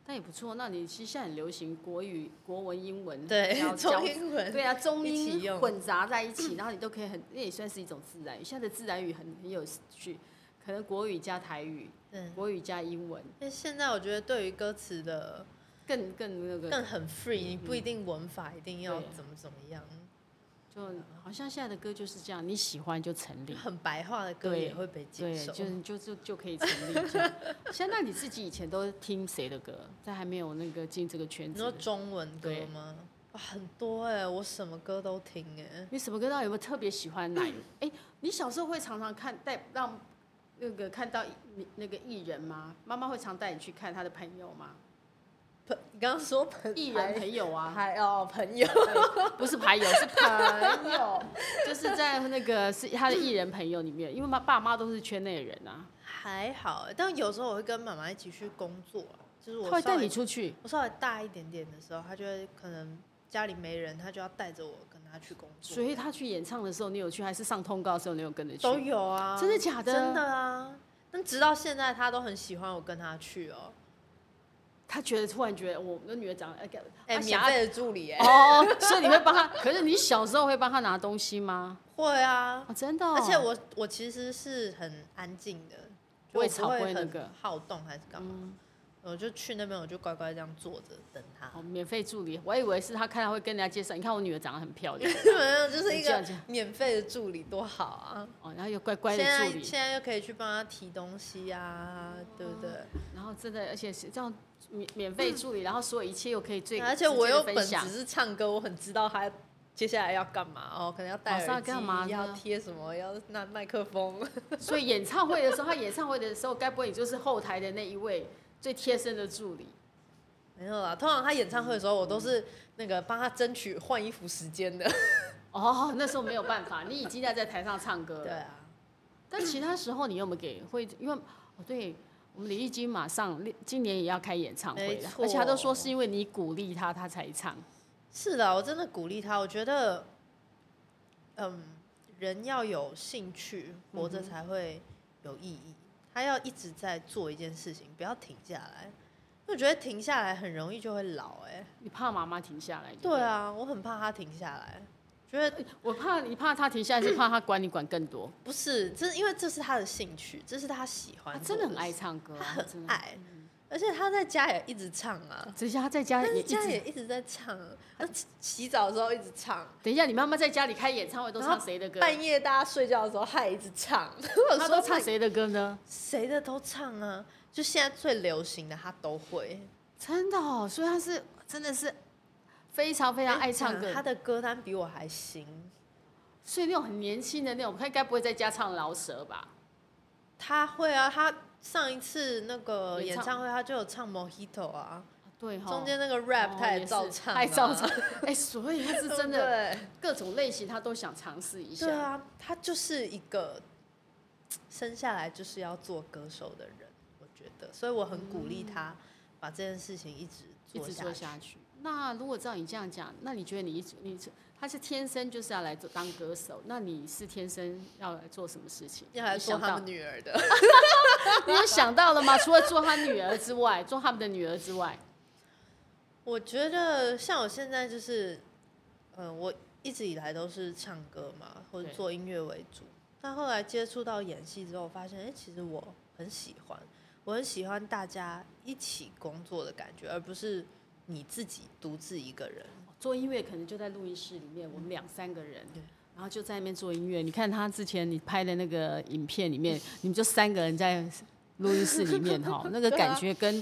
Speaker 2: 但也不错，那你其实现在很流行国语、国文、英文，
Speaker 1: 对
Speaker 2: 然后，交
Speaker 1: 中英文，
Speaker 2: 对啊，中
Speaker 1: 一起
Speaker 2: 英
Speaker 1: 用
Speaker 2: 混杂在一起，然后你都可以很，那也算是一种自然语。现在的自然语很很有趣，可能国语加台语，
Speaker 1: 嗯，
Speaker 2: 国语加英文，
Speaker 1: 但现在我觉得对于歌词的
Speaker 2: 更更那个
Speaker 1: 更很 free，你不一定文法一定要
Speaker 2: 嗯对
Speaker 1: 怎么怎么样，
Speaker 2: 就好像现在的歌就是这样，你喜欢就成立，
Speaker 1: 很白话的歌
Speaker 2: 对
Speaker 1: 也会被接
Speaker 2: 对，
Speaker 1: 受。
Speaker 2: 就就就就可以成立这样。 像那你自己以前都听谁的歌？在还没有那个进这个圈
Speaker 1: 你
Speaker 2: 子的
Speaker 1: 说
Speaker 2: 时候，
Speaker 1: 中文歌
Speaker 2: 对
Speaker 1: 吗？哇，很多哎、我什么歌都听哎、
Speaker 2: 你什么歌到底有没有特别喜欢哪一？ 哎、你小时候会常常看带让那个看到你那个艺人吗？妈妈会常带你去看他的朋友吗？
Speaker 1: 朋你刚刚说朋
Speaker 2: 艺人朋友啊，
Speaker 1: 还哦朋友，
Speaker 2: 不是牌友，是朋友，就是在那个是他的艺人朋友里面，因为妈爸妈都是圈内的人啊，
Speaker 1: 还好欸，但有时候我会跟妈妈一起去工作啊，就是
Speaker 2: 他
Speaker 1: 我
Speaker 2: 会
Speaker 1: 稍
Speaker 2: 带
Speaker 1: 微
Speaker 2: 你出去。
Speaker 1: 我稍微大一点点的时候，她就会可能家里没人，她就要带着我跟她去工作，
Speaker 2: 所以他去演唱的时候，你有去，还是上通告的时候，你有跟着去？
Speaker 1: 都有啊，
Speaker 2: 真的假的？
Speaker 1: 真的啊。但直到现在，她都很喜欢我跟她去哦，
Speaker 2: 他觉得突然觉得我那女儿长得，哎、
Speaker 1: 哎、
Speaker 2: 他
Speaker 1: 免
Speaker 2: 想要
Speaker 1: 费的助理哎、
Speaker 2: 哦，所以你会帮他？ 可是你小时候会帮他拿东西吗？
Speaker 1: 会啊，
Speaker 2: 哦，真的哦、
Speaker 1: 而且我我其实是很安静的，就
Speaker 2: 不会
Speaker 1: 我
Speaker 2: 吵不
Speaker 1: 会
Speaker 2: 会那
Speaker 1: 很
Speaker 2: 个嗯
Speaker 1: 好动还是干嘛，我就去那边，我就乖乖这样坐着等他。
Speaker 2: 哦，免费助理，我还以为是他看他会跟人家介绍，你看我女儿长得很 漂 亮，
Speaker 1: 没有，就是一
Speaker 2: 这
Speaker 1: 个
Speaker 2: 样这样
Speaker 1: 免费的助理多好啊！
Speaker 2: 哦，然后又乖乖
Speaker 1: 现
Speaker 2: 的
Speaker 1: 在
Speaker 2: 助理，
Speaker 1: 现在又可以去帮他提东西啊，对不对？
Speaker 2: 然后真的，而且是这样免免费助理，然后所有一切又可以最
Speaker 1: 嗯而且我又
Speaker 2: 直接地
Speaker 1: 本
Speaker 2: 分 享
Speaker 1: 只，是唱歌，我很知道他接下来要干嘛哦，可能要戴
Speaker 2: 马上
Speaker 1: 耳机，
Speaker 2: 干嘛呢
Speaker 1: 要贴什么，要拿麦克风。
Speaker 2: 所以演唱会的时候，他演唱会的时候，该不会你就是后台的那一位最贴身的助理？
Speaker 1: 没有啦，通常他演唱会的时候，我都是那个帮他争取换衣服时间的。
Speaker 2: 哦，那时候没有办法，你已经在在台上唱歌
Speaker 1: 对
Speaker 2: 了。
Speaker 1: 啊，
Speaker 2: 但其他时候你有没有给会？因为哦，对我们李玉金马上今年也要开演唱会
Speaker 1: 没
Speaker 2: 了，
Speaker 1: 错
Speaker 2: 而且他都说是因为你鼓励他，他才唱。
Speaker 1: 是的，我真的鼓励他。我觉得，嗯，人要有兴趣，活
Speaker 2: 嗯
Speaker 1: 着才会有意义。他要一直在做一件事情，不要停下来。因为我觉得停下来很容易就会老、哎，
Speaker 2: 你怕妈妈停下来？不
Speaker 1: 对，啊，我很怕他停下来。觉得
Speaker 2: 我怕你怕他停下来，是怕他管你管更多。
Speaker 1: 不是，这因为这是他的兴趣，这是他喜欢做，
Speaker 2: 他啊真的很爱唱歌、啊，
Speaker 1: 他
Speaker 2: 真
Speaker 1: 很
Speaker 2: 的。
Speaker 1: 爱，而且他在家也一直唱啊，
Speaker 2: 只是他在家
Speaker 1: 但
Speaker 2: 也
Speaker 1: 是
Speaker 2: 一
Speaker 1: 家
Speaker 2: 直。
Speaker 1: 也一直在唱啊，那洗洗澡的时候一直唱，
Speaker 2: 等一下，你妈妈在家里开演唱会都
Speaker 1: 然后
Speaker 2: 唱谁的歌？
Speaker 1: 半夜大家睡觉的时候他也一直唱， 我
Speaker 2: 她都
Speaker 1: 说
Speaker 2: 唱谁的歌呢？
Speaker 1: 谁的都唱啊，就现在最流行的他都会，
Speaker 2: 真的哦，所以他是真的是非常非常爱唱歌
Speaker 1: 他，哎的歌单比我还行，
Speaker 2: 所以那种很年轻的那种，他该不会在家唱饶舌吧？
Speaker 1: 他会啊，他上一次那个
Speaker 2: 演
Speaker 1: 演
Speaker 2: 唱
Speaker 1: 唱会他就有唱 Mojito 啊，
Speaker 2: 对哈、
Speaker 1: 中间那个 rap 他
Speaker 2: 哦也
Speaker 1: 也
Speaker 2: 是
Speaker 1: 照唱、啊，
Speaker 2: 还照唱，哎、所以他
Speaker 1: 对
Speaker 2: 是
Speaker 1: 不
Speaker 2: 真的
Speaker 1: 对。
Speaker 2: 各种类型他都想尝试一
Speaker 1: 对
Speaker 2: 下。
Speaker 1: 啊，他就是一个生下来就是要做歌手的人，我觉得，所以我很鼓励他把这件事情一直
Speaker 2: 嗯一
Speaker 1: 做
Speaker 2: 直
Speaker 1: 下
Speaker 2: 做
Speaker 1: 去。
Speaker 2: 下去。那如果照你这样讲，那你觉得你一直你他是天生就是要来做当歌手？那你是天生要来做什么事情？
Speaker 1: 要来
Speaker 2: 你
Speaker 1: 做
Speaker 2: 想
Speaker 1: 他
Speaker 2: 到
Speaker 1: 们女儿的，
Speaker 2: 你有想到了吗？除了做他女儿之外，做他们的女儿之外，
Speaker 1: 我觉得像我现在就是，嗯、我一直以来都是唱歌嘛，或者
Speaker 2: 对
Speaker 1: 做音乐为主。但后来接触到演戏之后，发现哎、诶其实我很喜欢，我很喜欢大家一起工作的感觉，而不是你自己独自一个人。
Speaker 2: 做音乐可能就在录音室里面，我们两三个人
Speaker 1: 嗯对，
Speaker 2: 然后就在那边做音乐。你看他之前你拍的那个影片 里面，你们就三个人在录音室里面哈，那个感觉跟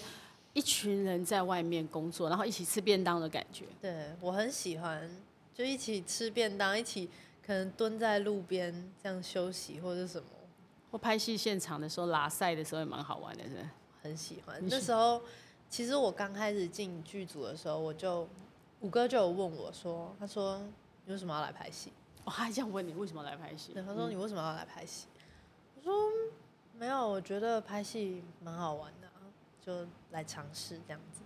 Speaker 2: 一群人在外面工作，然后一起吃便当的感觉。
Speaker 1: 对我很喜欢，就一起吃便当，一起可能蹲在路边这样休息或者什么，
Speaker 2: 或拍戏现场的时候，拉赛的时候也蛮好玩的，是不是？
Speaker 1: 很喜欢。
Speaker 2: 你
Speaker 1: 那时候其实我刚开始进剧组的时候，我就五哥就有问我说，他说你为什么要来拍戏？
Speaker 2: 我、哦还想问你为什么来拍戏
Speaker 1: 对，？他说你为什么要来拍戏？我说没有，我觉得拍戏蛮好玩的啊，就来尝试这样子。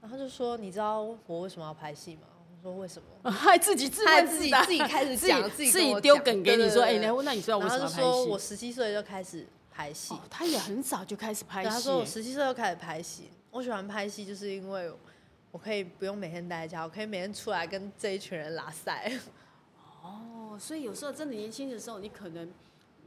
Speaker 1: 然后他就说你知道我为什么要拍戏吗？我说为什么？
Speaker 2: 还自己自
Speaker 1: 他
Speaker 2: 问
Speaker 1: 自己
Speaker 2: 答
Speaker 1: 自己开始讲，
Speaker 2: 自
Speaker 1: 己
Speaker 2: 自
Speaker 1: 自
Speaker 2: 己丢梗给你说，哎、
Speaker 1: 对对对
Speaker 2: 那你知道为
Speaker 1: 然
Speaker 2: 什
Speaker 1: 后
Speaker 2: 么
Speaker 1: 就
Speaker 2: 要拍
Speaker 1: 说
Speaker 2: 戏？
Speaker 1: 我十七岁就开始拍戏
Speaker 2: 哦，，他也很早就开始拍
Speaker 1: 对，
Speaker 2: 戏。
Speaker 1: 他说我十七岁就开始拍戏。我喜欢拍戏，就是因为我可以不用每天待在家，我可以每天出来跟这一群人拉塞。
Speaker 2: 哦，所以有时候真的年轻的时候，你可能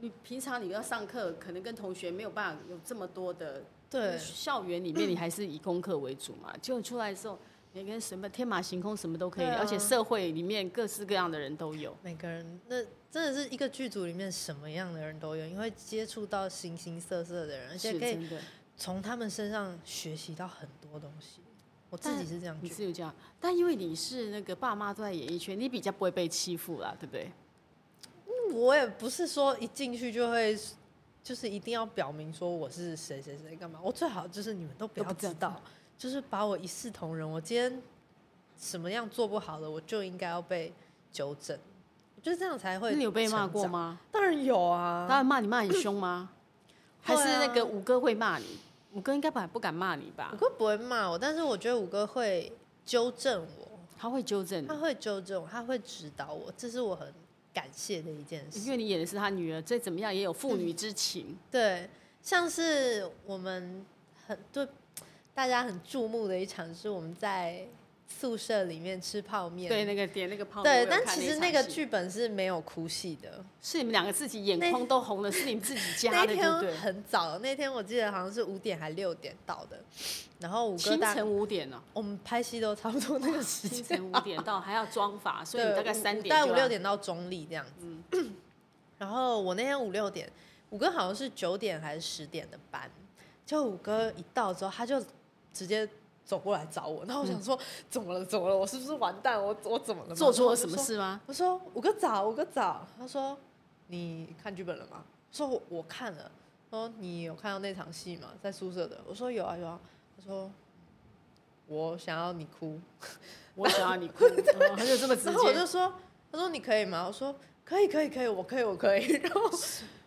Speaker 2: 你平常你要上课，可能跟同学没有办法有这么多的。
Speaker 1: 对，
Speaker 2: 校园里面你还是以功课为主嘛，结果出来的时候，每个人什么天马行空，什么都可以，
Speaker 1: 对啊
Speaker 2: 而且社会里面各式各样的人都有。
Speaker 1: 每个人那真的是一个剧组里面什么样的人都有，因为接触到形形色色的人，而且
Speaker 2: 是
Speaker 1: 可以
Speaker 2: 真的，
Speaker 1: 从他们身上学习到很多东西。我自己是这样
Speaker 2: 你
Speaker 1: 觉得，
Speaker 2: 是有这样，但因为你是那个爸妈都在演艺圈，你比较不会被欺负啦，对不对？
Speaker 1: 我也不是说一进去就会。就是一定要表明说我是谁谁谁干嘛，我最好就是你们都不
Speaker 2: 都
Speaker 1: 要
Speaker 2: 不知
Speaker 1: 知
Speaker 2: 道
Speaker 1: 道，就是把我一视同仁。我今天什么样做不好的，我就应该要被纠正。我觉得这样才会。
Speaker 2: 那你有被骂过？吗？
Speaker 1: 当然有啊，
Speaker 2: 当然骂你骂得很凶 吗？还
Speaker 1: 会
Speaker 2: 是
Speaker 1: 啊
Speaker 2: 那个五哥会骂你？五哥应该不不敢骂你吧
Speaker 1: 五？哥不会骂我，但是我觉得五哥会纠正我，
Speaker 2: 他会纠正
Speaker 1: 嗯他
Speaker 2: 你，
Speaker 1: 会纠正我，他会指导我，这是我很感谢的一件事。
Speaker 2: 因为你演的是他女儿，再怎么样也有父女之情。
Speaker 1: 对，像是我们很对大家很注目的一场，是我们在宿舍里面吃泡面。
Speaker 2: 对，那个点那个泡
Speaker 1: 嗯对
Speaker 2: 面。我有
Speaker 1: 但
Speaker 2: 看
Speaker 1: 其实
Speaker 2: 那
Speaker 1: 那
Speaker 2: 一场
Speaker 1: 个
Speaker 2: 戏
Speaker 1: 剧本是没有哭戏的。
Speaker 2: 是你们两个自己眼
Speaker 1: 那
Speaker 2: 眶都红了，是你们自己
Speaker 1: 那
Speaker 2: 加的，
Speaker 1: 一
Speaker 2: 对不
Speaker 1: 天
Speaker 2: 对？
Speaker 1: 很早，那天我记得好像是五点还六点到的，然后五哥
Speaker 2: 清
Speaker 1: 大
Speaker 2: 晨五点呢、
Speaker 1: 我们拍戏都差不多那个时
Speaker 2: 清
Speaker 1: 间，
Speaker 2: 晨五点到还要妆发，所以你
Speaker 1: 对
Speaker 2: 大概
Speaker 1: 五
Speaker 2: 三点
Speaker 1: 大概
Speaker 2: 就
Speaker 1: 五六
Speaker 2: 要嗯
Speaker 1: 点到中立这样子。 然后我那天五六点，五哥好像是九点还是十点的班，就五哥一到之后，他就直接走过来找我，然后我想说、怎么了怎么了，我是不是完蛋，我我怎么了吗
Speaker 2: 嗯做错了什？
Speaker 1: 然后我就
Speaker 2: 么
Speaker 1: 说
Speaker 2: 事吗？
Speaker 1: 我说五个早，五个早。他说你看剧本了吗？我说我我看了。他说你有看到那场戏吗？在宿舍的。我说有啊有啊。他说我想要你哭。
Speaker 2: 我想要你 哭，哦他就这么直
Speaker 1: 然后我
Speaker 2: 接
Speaker 1: 就。说，他说你可以吗？我说可以可以可以，我可以我可以。 然后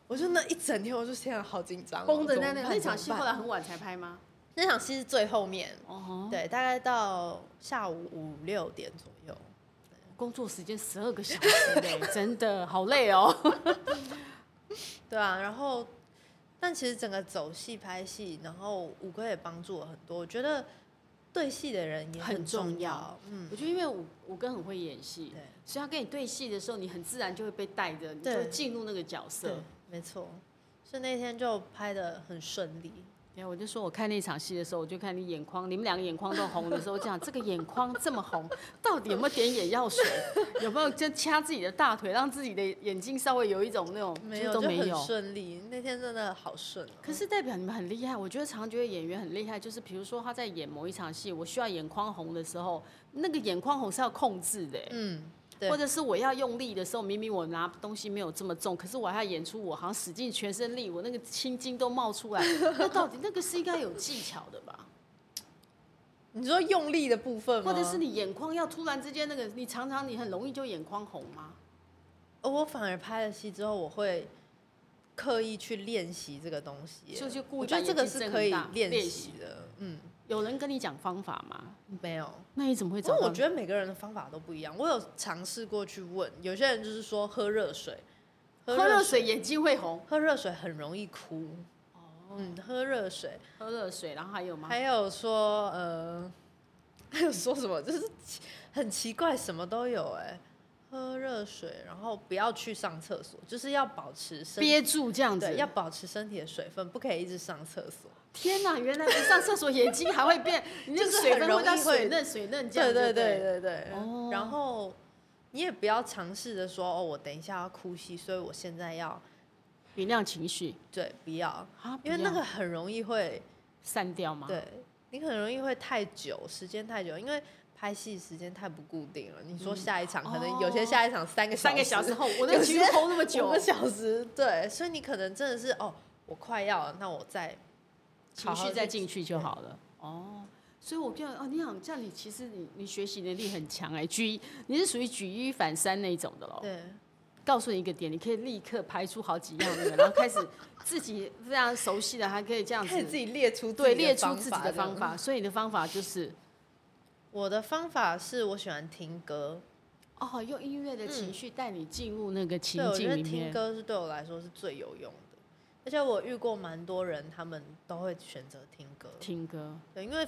Speaker 1: 我就那一整天，我就现在好紧张哦、
Speaker 2: 绷
Speaker 1: 怎
Speaker 2: 着
Speaker 1: 么
Speaker 2: 在那个
Speaker 1: 办
Speaker 2: 那场戏，
Speaker 1: 怎么
Speaker 2: 后
Speaker 1: 办
Speaker 2: 来很晚才拍吗？
Speaker 1: 那场戏是最后面，
Speaker 2: 哦，
Speaker 1: 对，大概到下午五六点左右。
Speaker 2: 工作时间十二个小时嘞， 真的好累哦。
Speaker 1: 对啊，然后但其实整个走戏拍戏，然后五哥也帮助我很多，我觉得对戏的人也
Speaker 2: 很
Speaker 1: 重
Speaker 2: 重要
Speaker 1: 嗯，
Speaker 2: 我觉得因为我我哥很会演戏
Speaker 1: 对，
Speaker 2: 所以他跟你对戏的时候，你很自然就会被带着，你就
Speaker 1: 对
Speaker 2: 会进入那个角
Speaker 1: 对
Speaker 2: 色。，
Speaker 1: 没错，所以那天就拍的很顺利。
Speaker 2: 对，我就说我看那场戏的时候，我就看你眼眶，你们两个眼眶都红的时候，我讲这个眼眶这么红，到底有没有点眼药水？有没有就掐自己的大腿，让自己的眼睛稍微有一种那种
Speaker 1: 没
Speaker 2: 就
Speaker 1: 有，
Speaker 2: 都
Speaker 1: 就
Speaker 2: 没
Speaker 1: 很
Speaker 2: 有？
Speaker 1: 顺利。那天真的好顺、哦。
Speaker 2: 可是代表你们很厉害，我觉得常常觉得演员很厉害，就是比如说他在演某一场戏，我需要眼眶红的时候，那个眼眶红是要控制的、
Speaker 1: 嗯，对
Speaker 2: 或者是我要用力的时候，明明我拿东西没有这么重，可是我还要演出我好像使尽全身力，我那个青筋都冒出来， 那到底那个是应该有技巧的吧？
Speaker 1: 你说用力的部分吗？
Speaker 2: 或者是你眼眶要突然之间那个，你常常你很容易就眼眶红吗？
Speaker 1: 哦我反而拍了戏之后，我会刻意去练习这个东西。
Speaker 2: 就就故意
Speaker 1: 我觉得
Speaker 2: 把
Speaker 1: 这个
Speaker 2: 眼睛
Speaker 1: 是
Speaker 2: 睁
Speaker 1: 可
Speaker 2: 很
Speaker 1: 以
Speaker 2: 大
Speaker 1: 练
Speaker 2: 练
Speaker 1: 习
Speaker 2: 习
Speaker 1: 的。嗯，
Speaker 2: 有人跟你讲方法吗？
Speaker 1: 没有。
Speaker 2: 那你怎么会
Speaker 1: 因为
Speaker 2: 找到？
Speaker 1: 哦我觉得每个人的方法都不一样，我有尝试过去问，有些人就是说喝热水，
Speaker 2: 喝热水，哦眼睛会红，
Speaker 1: 喝热水很容易哭。嗯，喝热水，
Speaker 2: 喝热水，然后还有吗？
Speaker 1: 还有说呃， 还有说什么，就是奇很奇怪，什么都有哎、喝热水，然后不要去上厕所，就是要保持身
Speaker 2: 憋住这样子
Speaker 1: 对，，要保持身体的水分，不可以一直上厕所。
Speaker 2: 天哪！原来不上厕所眼睛还 会变，你那
Speaker 1: 就
Speaker 2: 个
Speaker 1: 是
Speaker 2: 水
Speaker 1: 很
Speaker 2: 分
Speaker 1: 容
Speaker 2: 会到
Speaker 1: 易会
Speaker 2: 水嫩水嫩这样
Speaker 1: 对对
Speaker 2: 子。对
Speaker 1: 对
Speaker 2: 不对，
Speaker 1: 对对。
Speaker 2: 哦
Speaker 1: 然后你也不要尝试着说哦，我等一下要哭戏，所以我现在要
Speaker 2: 原谅情绪
Speaker 1: 对不要，
Speaker 2: 啊，
Speaker 1: 因为
Speaker 2: 不
Speaker 1: 那
Speaker 2: 要
Speaker 1: 个很容易会
Speaker 2: 散掉吗？
Speaker 1: 对你很容易会太久，时间太久，因为拍戏时间太不固定了。你说下一场、可能有些
Speaker 2: 嗯哦
Speaker 1: 下一场三个
Speaker 2: 三个小时
Speaker 1: 时
Speaker 2: 后，我那个情绪
Speaker 1: 有些
Speaker 2: 抠那么
Speaker 1: 五
Speaker 2: 久
Speaker 1: 个，小时，对，所以你可能真的是哦，我快要了，那我再
Speaker 2: 情
Speaker 1: 好好
Speaker 2: 绪
Speaker 1: 地
Speaker 2: 再进去就好了。哦，所以我变哦，你好像你其实你你学习能力很强哎，举一你是属于举一反三那一种的喽。
Speaker 1: 对。
Speaker 2: 告诉你一个点，你可以立刻排出好几样那个，然后开始自己非常熟悉的，还可以这样
Speaker 1: 开始自
Speaker 2: 子
Speaker 1: 己列出
Speaker 2: 对
Speaker 1: 自己的
Speaker 2: 列出
Speaker 1: 方
Speaker 2: 自己
Speaker 1: 法
Speaker 2: 的
Speaker 1: 这样嗯
Speaker 2: 方法。所以你的方法就是
Speaker 1: 我的方法是我喜欢听歌，
Speaker 2: 哦，用音乐的情绪带你进入那个情
Speaker 1: 对我觉
Speaker 2: 境
Speaker 1: 得
Speaker 2: 里
Speaker 1: 听
Speaker 2: 面。
Speaker 1: 歌是对我来说是最有用的，而且我遇过蛮多人，他们都会选择听歌，
Speaker 2: 听歌，
Speaker 1: 对，因为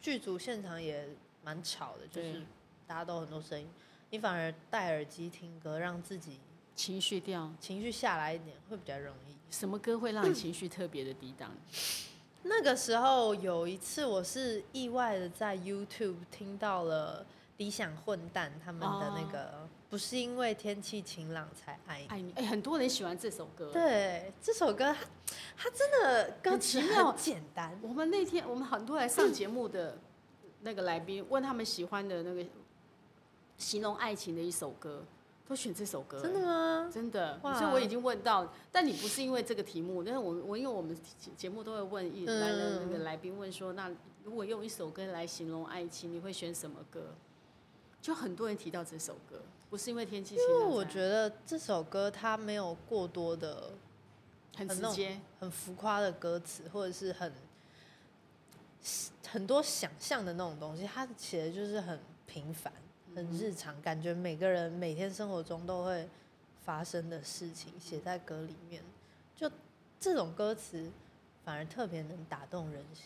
Speaker 1: 剧组现场也蛮吵的，就
Speaker 2: 对
Speaker 1: 是大家都很多声音，你反而戴耳机听歌，让自己
Speaker 2: 情绪掉。
Speaker 1: 情绪下来一点会比较容易。
Speaker 2: 什么歌会让你情绪特别的低档？
Speaker 1: 嗯那个时候有一次，我是意外的在 YouTube 听到了理想混蛋他们的那个，不是因为天气晴朗才哦爱你。
Speaker 2: 爱你，哎、很多人喜欢这首歌。
Speaker 1: 对，这首歌它它真的歌
Speaker 2: 很
Speaker 1: 词
Speaker 2: 奇妙
Speaker 1: 很简单，
Speaker 2: 我们那天我们很多来上节目的那个来宾，问他们喜欢的那个形容爱情的一首歌，都选这首歌、
Speaker 1: 真的
Speaker 2: 哎
Speaker 1: 吗？
Speaker 2: 真的，
Speaker 1: 哇
Speaker 2: 所以我已经问到，但你不是因为这个题目，但是我我因为我们节节目都会问一
Speaker 1: 嗯
Speaker 2: 来的那个来宾问说，那如果用一首歌来形容爱情，你会选什么歌？就很多人提到这首歌，不是因为天气晴
Speaker 1: 因
Speaker 2: 朗
Speaker 1: 为
Speaker 2: 才，
Speaker 1: 我觉得这首歌它没有过多的
Speaker 2: 很
Speaker 1: 很
Speaker 2: 直
Speaker 1: 那种
Speaker 2: 接，
Speaker 1: 很浮夸的歌词，或者是很很多想象的那种东西，它其实就是很平凡、很日
Speaker 2: 嗯
Speaker 1: 常，感觉每个人每天生活中都会发生的事情，写在歌里面，就这种歌词反而特别能打动人心。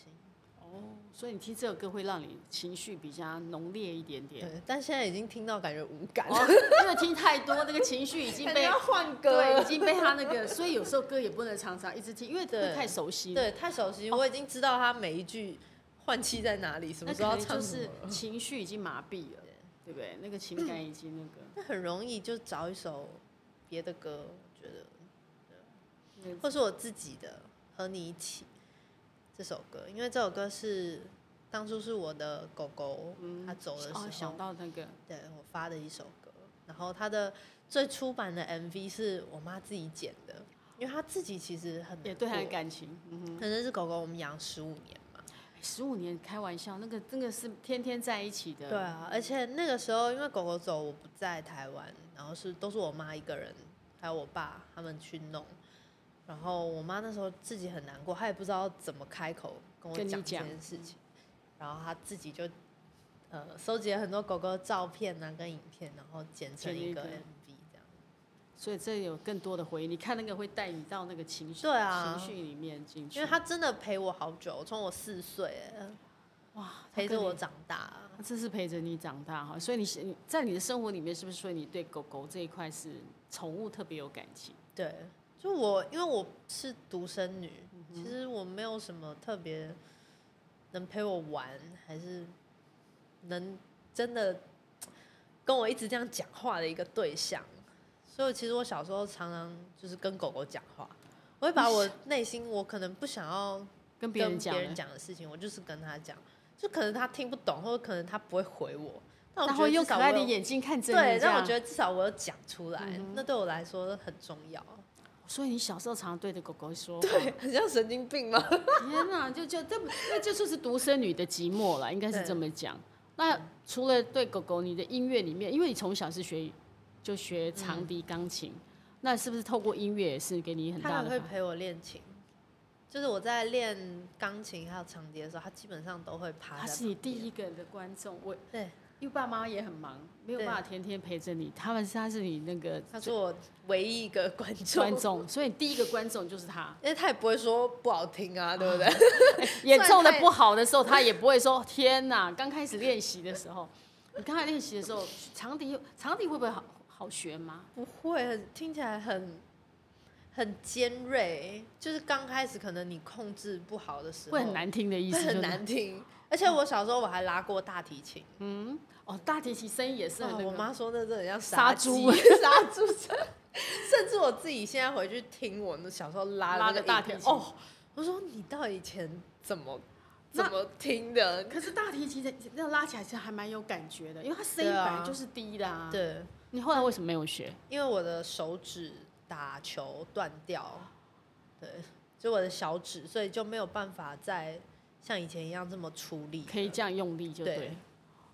Speaker 2: 哦，哦，所以你听这首歌会让你情绪比较浓烈一点点。
Speaker 1: 对，但现在已经听到感觉无感，
Speaker 2: 哦，因为听太多，那个情绪已经
Speaker 1: 感觉
Speaker 2: 被
Speaker 1: 要换歌
Speaker 2: 对，
Speaker 1: 了
Speaker 2: 已。经被他那个，所以有时候歌也不能常常一直听，因为
Speaker 1: 对
Speaker 2: 会太熟悉了。
Speaker 1: 对，太熟悉，我已经知道他每一句换气在哪里，什
Speaker 2: 那
Speaker 1: 么
Speaker 2: 可
Speaker 1: 时候要
Speaker 2: 能
Speaker 1: 唱
Speaker 2: 就
Speaker 1: 什
Speaker 2: 是
Speaker 1: 么了。
Speaker 2: 情绪已经麻痹了，对不对？那个情感已经那 个。
Speaker 1: 那很容易就找一首别的歌，我觉得，
Speaker 2: 嗯
Speaker 1: 或是我自己的《和你一起》这首歌，因为这首歌是当初是我的狗狗它走的时候，
Speaker 2: 哦，想到那个，
Speaker 1: 对我发的一首歌，然后它的最初版的 MV 是我妈自己剪的，因为她自己其实很
Speaker 2: 也对他的
Speaker 1: 感，
Speaker 2: 感情，嗯哼，
Speaker 1: 可能是狗狗我们养十五年嘛，
Speaker 2: 十五年开玩笑，那个那个是天天在一起的，
Speaker 1: 对啊，而且那个时候因为狗狗走，我不在台湾，然后是都是我妈一个人，还有我爸他们去弄。然后我妈那时候自己很难过，她也不知道怎么开口跟我
Speaker 2: 跟你
Speaker 1: 讲这
Speaker 2: 讲
Speaker 1: 件事情，然后她自己就呃收集了很多狗狗的照片啊跟影片，然后剪成
Speaker 2: 剪了
Speaker 1: 一
Speaker 2: 一
Speaker 1: 个
Speaker 2: 个
Speaker 1: MV 这样。
Speaker 2: 所以这有更多的回忆。你看那个会带你到那个情绪，
Speaker 1: 对啊
Speaker 2: 情绪里面进去，
Speaker 1: 因为她真的陪我好久，从我四岁欸
Speaker 2: 哇，他
Speaker 1: 陪着
Speaker 2: 跟
Speaker 1: 我
Speaker 2: 你，
Speaker 1: 长大。啊
Speaker 2: 他真是陪着你长大哈。所以你是你在你的生活里面，是不是说你对狗狗这一块是宠物特别有感情？
Speaker 1: 对，就我因为我是独生女，
Speaker 2: 嗯
Speaker 1: 其实我没有什么特别能陪我玩，还是能真的跟我一直这样讲话的一个对象。所以其实我小时候常常就是跟狗狗讲话，我会 把我内心我可能不想要
Speaker 2: 跟别
Speaker 1: 跟
Speaker 2: 人
Speaker 1: 别
Speaker 2: 讲
Speaker 1: 人
Speaker 2: 的，
Speaker 1: 讲的事情，我就是跟他讲，就可能他听不懂，或者可能他不会回我，但我
Speaker 2: 然
Speaker 1: 觉
Speaker 2: 后
Speaker 1: 得
Speaker 2: 用
Speaker 1: 至
Speaker 2: 可
Speaker 1: 少
Speaker 2: 爱
Speaker 1: 我
Speaker 2: 的
Speaker 1: 有
Speaker 2: 眼睛看着
Speaker 1: 对，
Speaker 2: 你，这
Speaker 1: 但我
Speaker 2: 样。嗯
Speaker 1: 觉得至少我有讲出来，那对我来说很重要。
Speaker 2: 所以你小时候常常对着狗狗说话，
Speaker 1: 对， 很像神经病吗？
Speaker 2: 天哪，就就这不，那就就是独生女的寂寞了，应该是这么讲。那除了对狗狗，你的音乐里面，因为你从小是学就学长笛、钢琴，那是不是透过音乐也是给你很
Speaker 1: 他
Speaker 2: 大
Speaker 1: 还
Speaker 2: 的
Speaker 1: 会
Speaker 2: 帮助？
Speaker 1: 陪我练琴，就是我在练钢琴还有长笛的时候，他基本上都会趴在。
Speaker 2: 他是你第。一个的观众，我
Speaker 1: 对，
Speaker 2: 因为爸妈也很忙，没有
Speaker 1: 对
Speaker 2: 办法天天陪着你，他们是他是你那个
Speaker 1: 他是我唯一一个观众，
Speaker 2: 观众，所以你第一个观众就是 他。
Speaker 1: 因为他也不会说不好听啊，对不对？
Speaker 2: 演奏的
Speaker 1: 太
Speaker 2: 不好的时候，他也不会说天哪。刚开始练习的时候，你刚开始练习的时候，长笛长笛会不会好好学吗？
Speaker 1: 不会，很听起来很很尖锐，就是刚开始可能你控制不好的时候
Speaker 2: 会很，难听的意
Speaker 1: 会
Speaker 2: 思，
Speaker 1: 很
Speaker 2: 就是
Speaker 1: 难听。而且我小时候我还拉过大提琴，
Speaker 2: 哦。大提琴声音也是很
Speaker 1: 哦
Speaker 2: 那
Speaker 1: 我
Speaker 2: 个，
Speaker 1: 妈说那真的很像
Speaker 2: 杀
Speaker 1: 鸡
Speaker 2: 猪
Speaker 1: 杀猪声，甚至我自己现在回去听我那小时候拉的
Speaker 2: 拉
Speaker 1: 那
Speaker 2: 的
Speaker 1: 个
Speaker 2: 大
Speaker 1: 影片
Speaker 2: 提琴
Speaker 1: 哦，我说你到底以前怎么
Speaker 2: 那
Speaker 1: 怎么听的？
Speaker 2: 可是大提琴的那样拉起来其实还蛮有感觉的，因为它声音
Speaker 1: 对
Speaker 2: 本
Speaker 1: 啊
Speaker 2: 来就是低的啊。
Speaker 1: 对，
Speaker 2: 你后来为什么没有学？
Speaker 1: 因为我的手指打球断掉，对，就我的小指，所以就没有办法再像以前一样这么出力。
Speaker 2: 可以这样用力就对。
Speaker 1: 对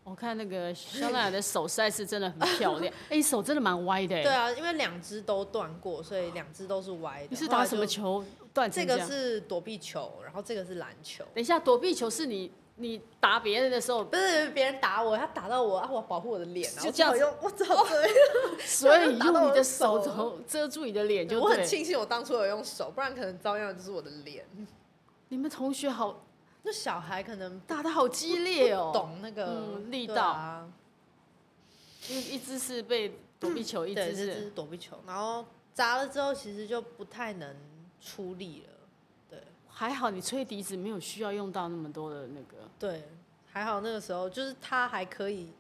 Speaker 2: 我看那个香奈儿的手实在是真的很漂 亮，哎、手真的蛮歪的、
Speaker 1: 对啊，因为两只都断过，所以两只都是歪的。
Speaker 2: 你是
Speaker 1: 后
Speaker 2: 打
Speaker 1: 来
Speaker 2: 什么
Speaker 1: 就？
Speaker 2: 球断成
Speaker 1: 这
Speaker 2: 这
Speaker 1: 个
Speaker 2: 样？
Speaker 1: 是躲避球，然后这个是篮球。
Speaker 2: 等一下，躲避球是你你打别人的时 候，
Speaker 1: 不是别人打我，他打到我，啊，我保护我的脸，然后
Speaker 2: 就这样子哦
Speaker 1: 只好用我只好这样
Speaker 2: 所以
Speaker 1: 打到
Speaker 2: 用你
Speaker 1: 我
Speaker 2: 的
Speaker 1: 的
Speaker 2: 手
Speaker 1: 手
Speaker 2: 肘遮住你的脸就
Speaker 1: 我很
Speaker 2: 对。
Speaker 1: 庆幸我当初有用手，不然可能遭殃的就是我的脸。
Speaker 2: 你们同学好
Speaker 1: 那小孩可能
Speaker 2: 打的好激烈哦、
Speaker 1: 懂那个、
Speaker 2: 嗯力
Speaker 1: 对
Speaker 2: 道
Speaker 1: 啊，
Speaker 2: 因为一只是被躲避球，一
Speaker 1: 对，
Speaker 2: 只
Speaker 1: 这
Speaker 2: 是
Speaker 1: 是躲避球，然后砸了之后其实就不太能出力了。对
Speaker 2: 还好你吹笛子没有需要用到那么多的那个，
Speaker 1: 对，还好那个时候就是他还可以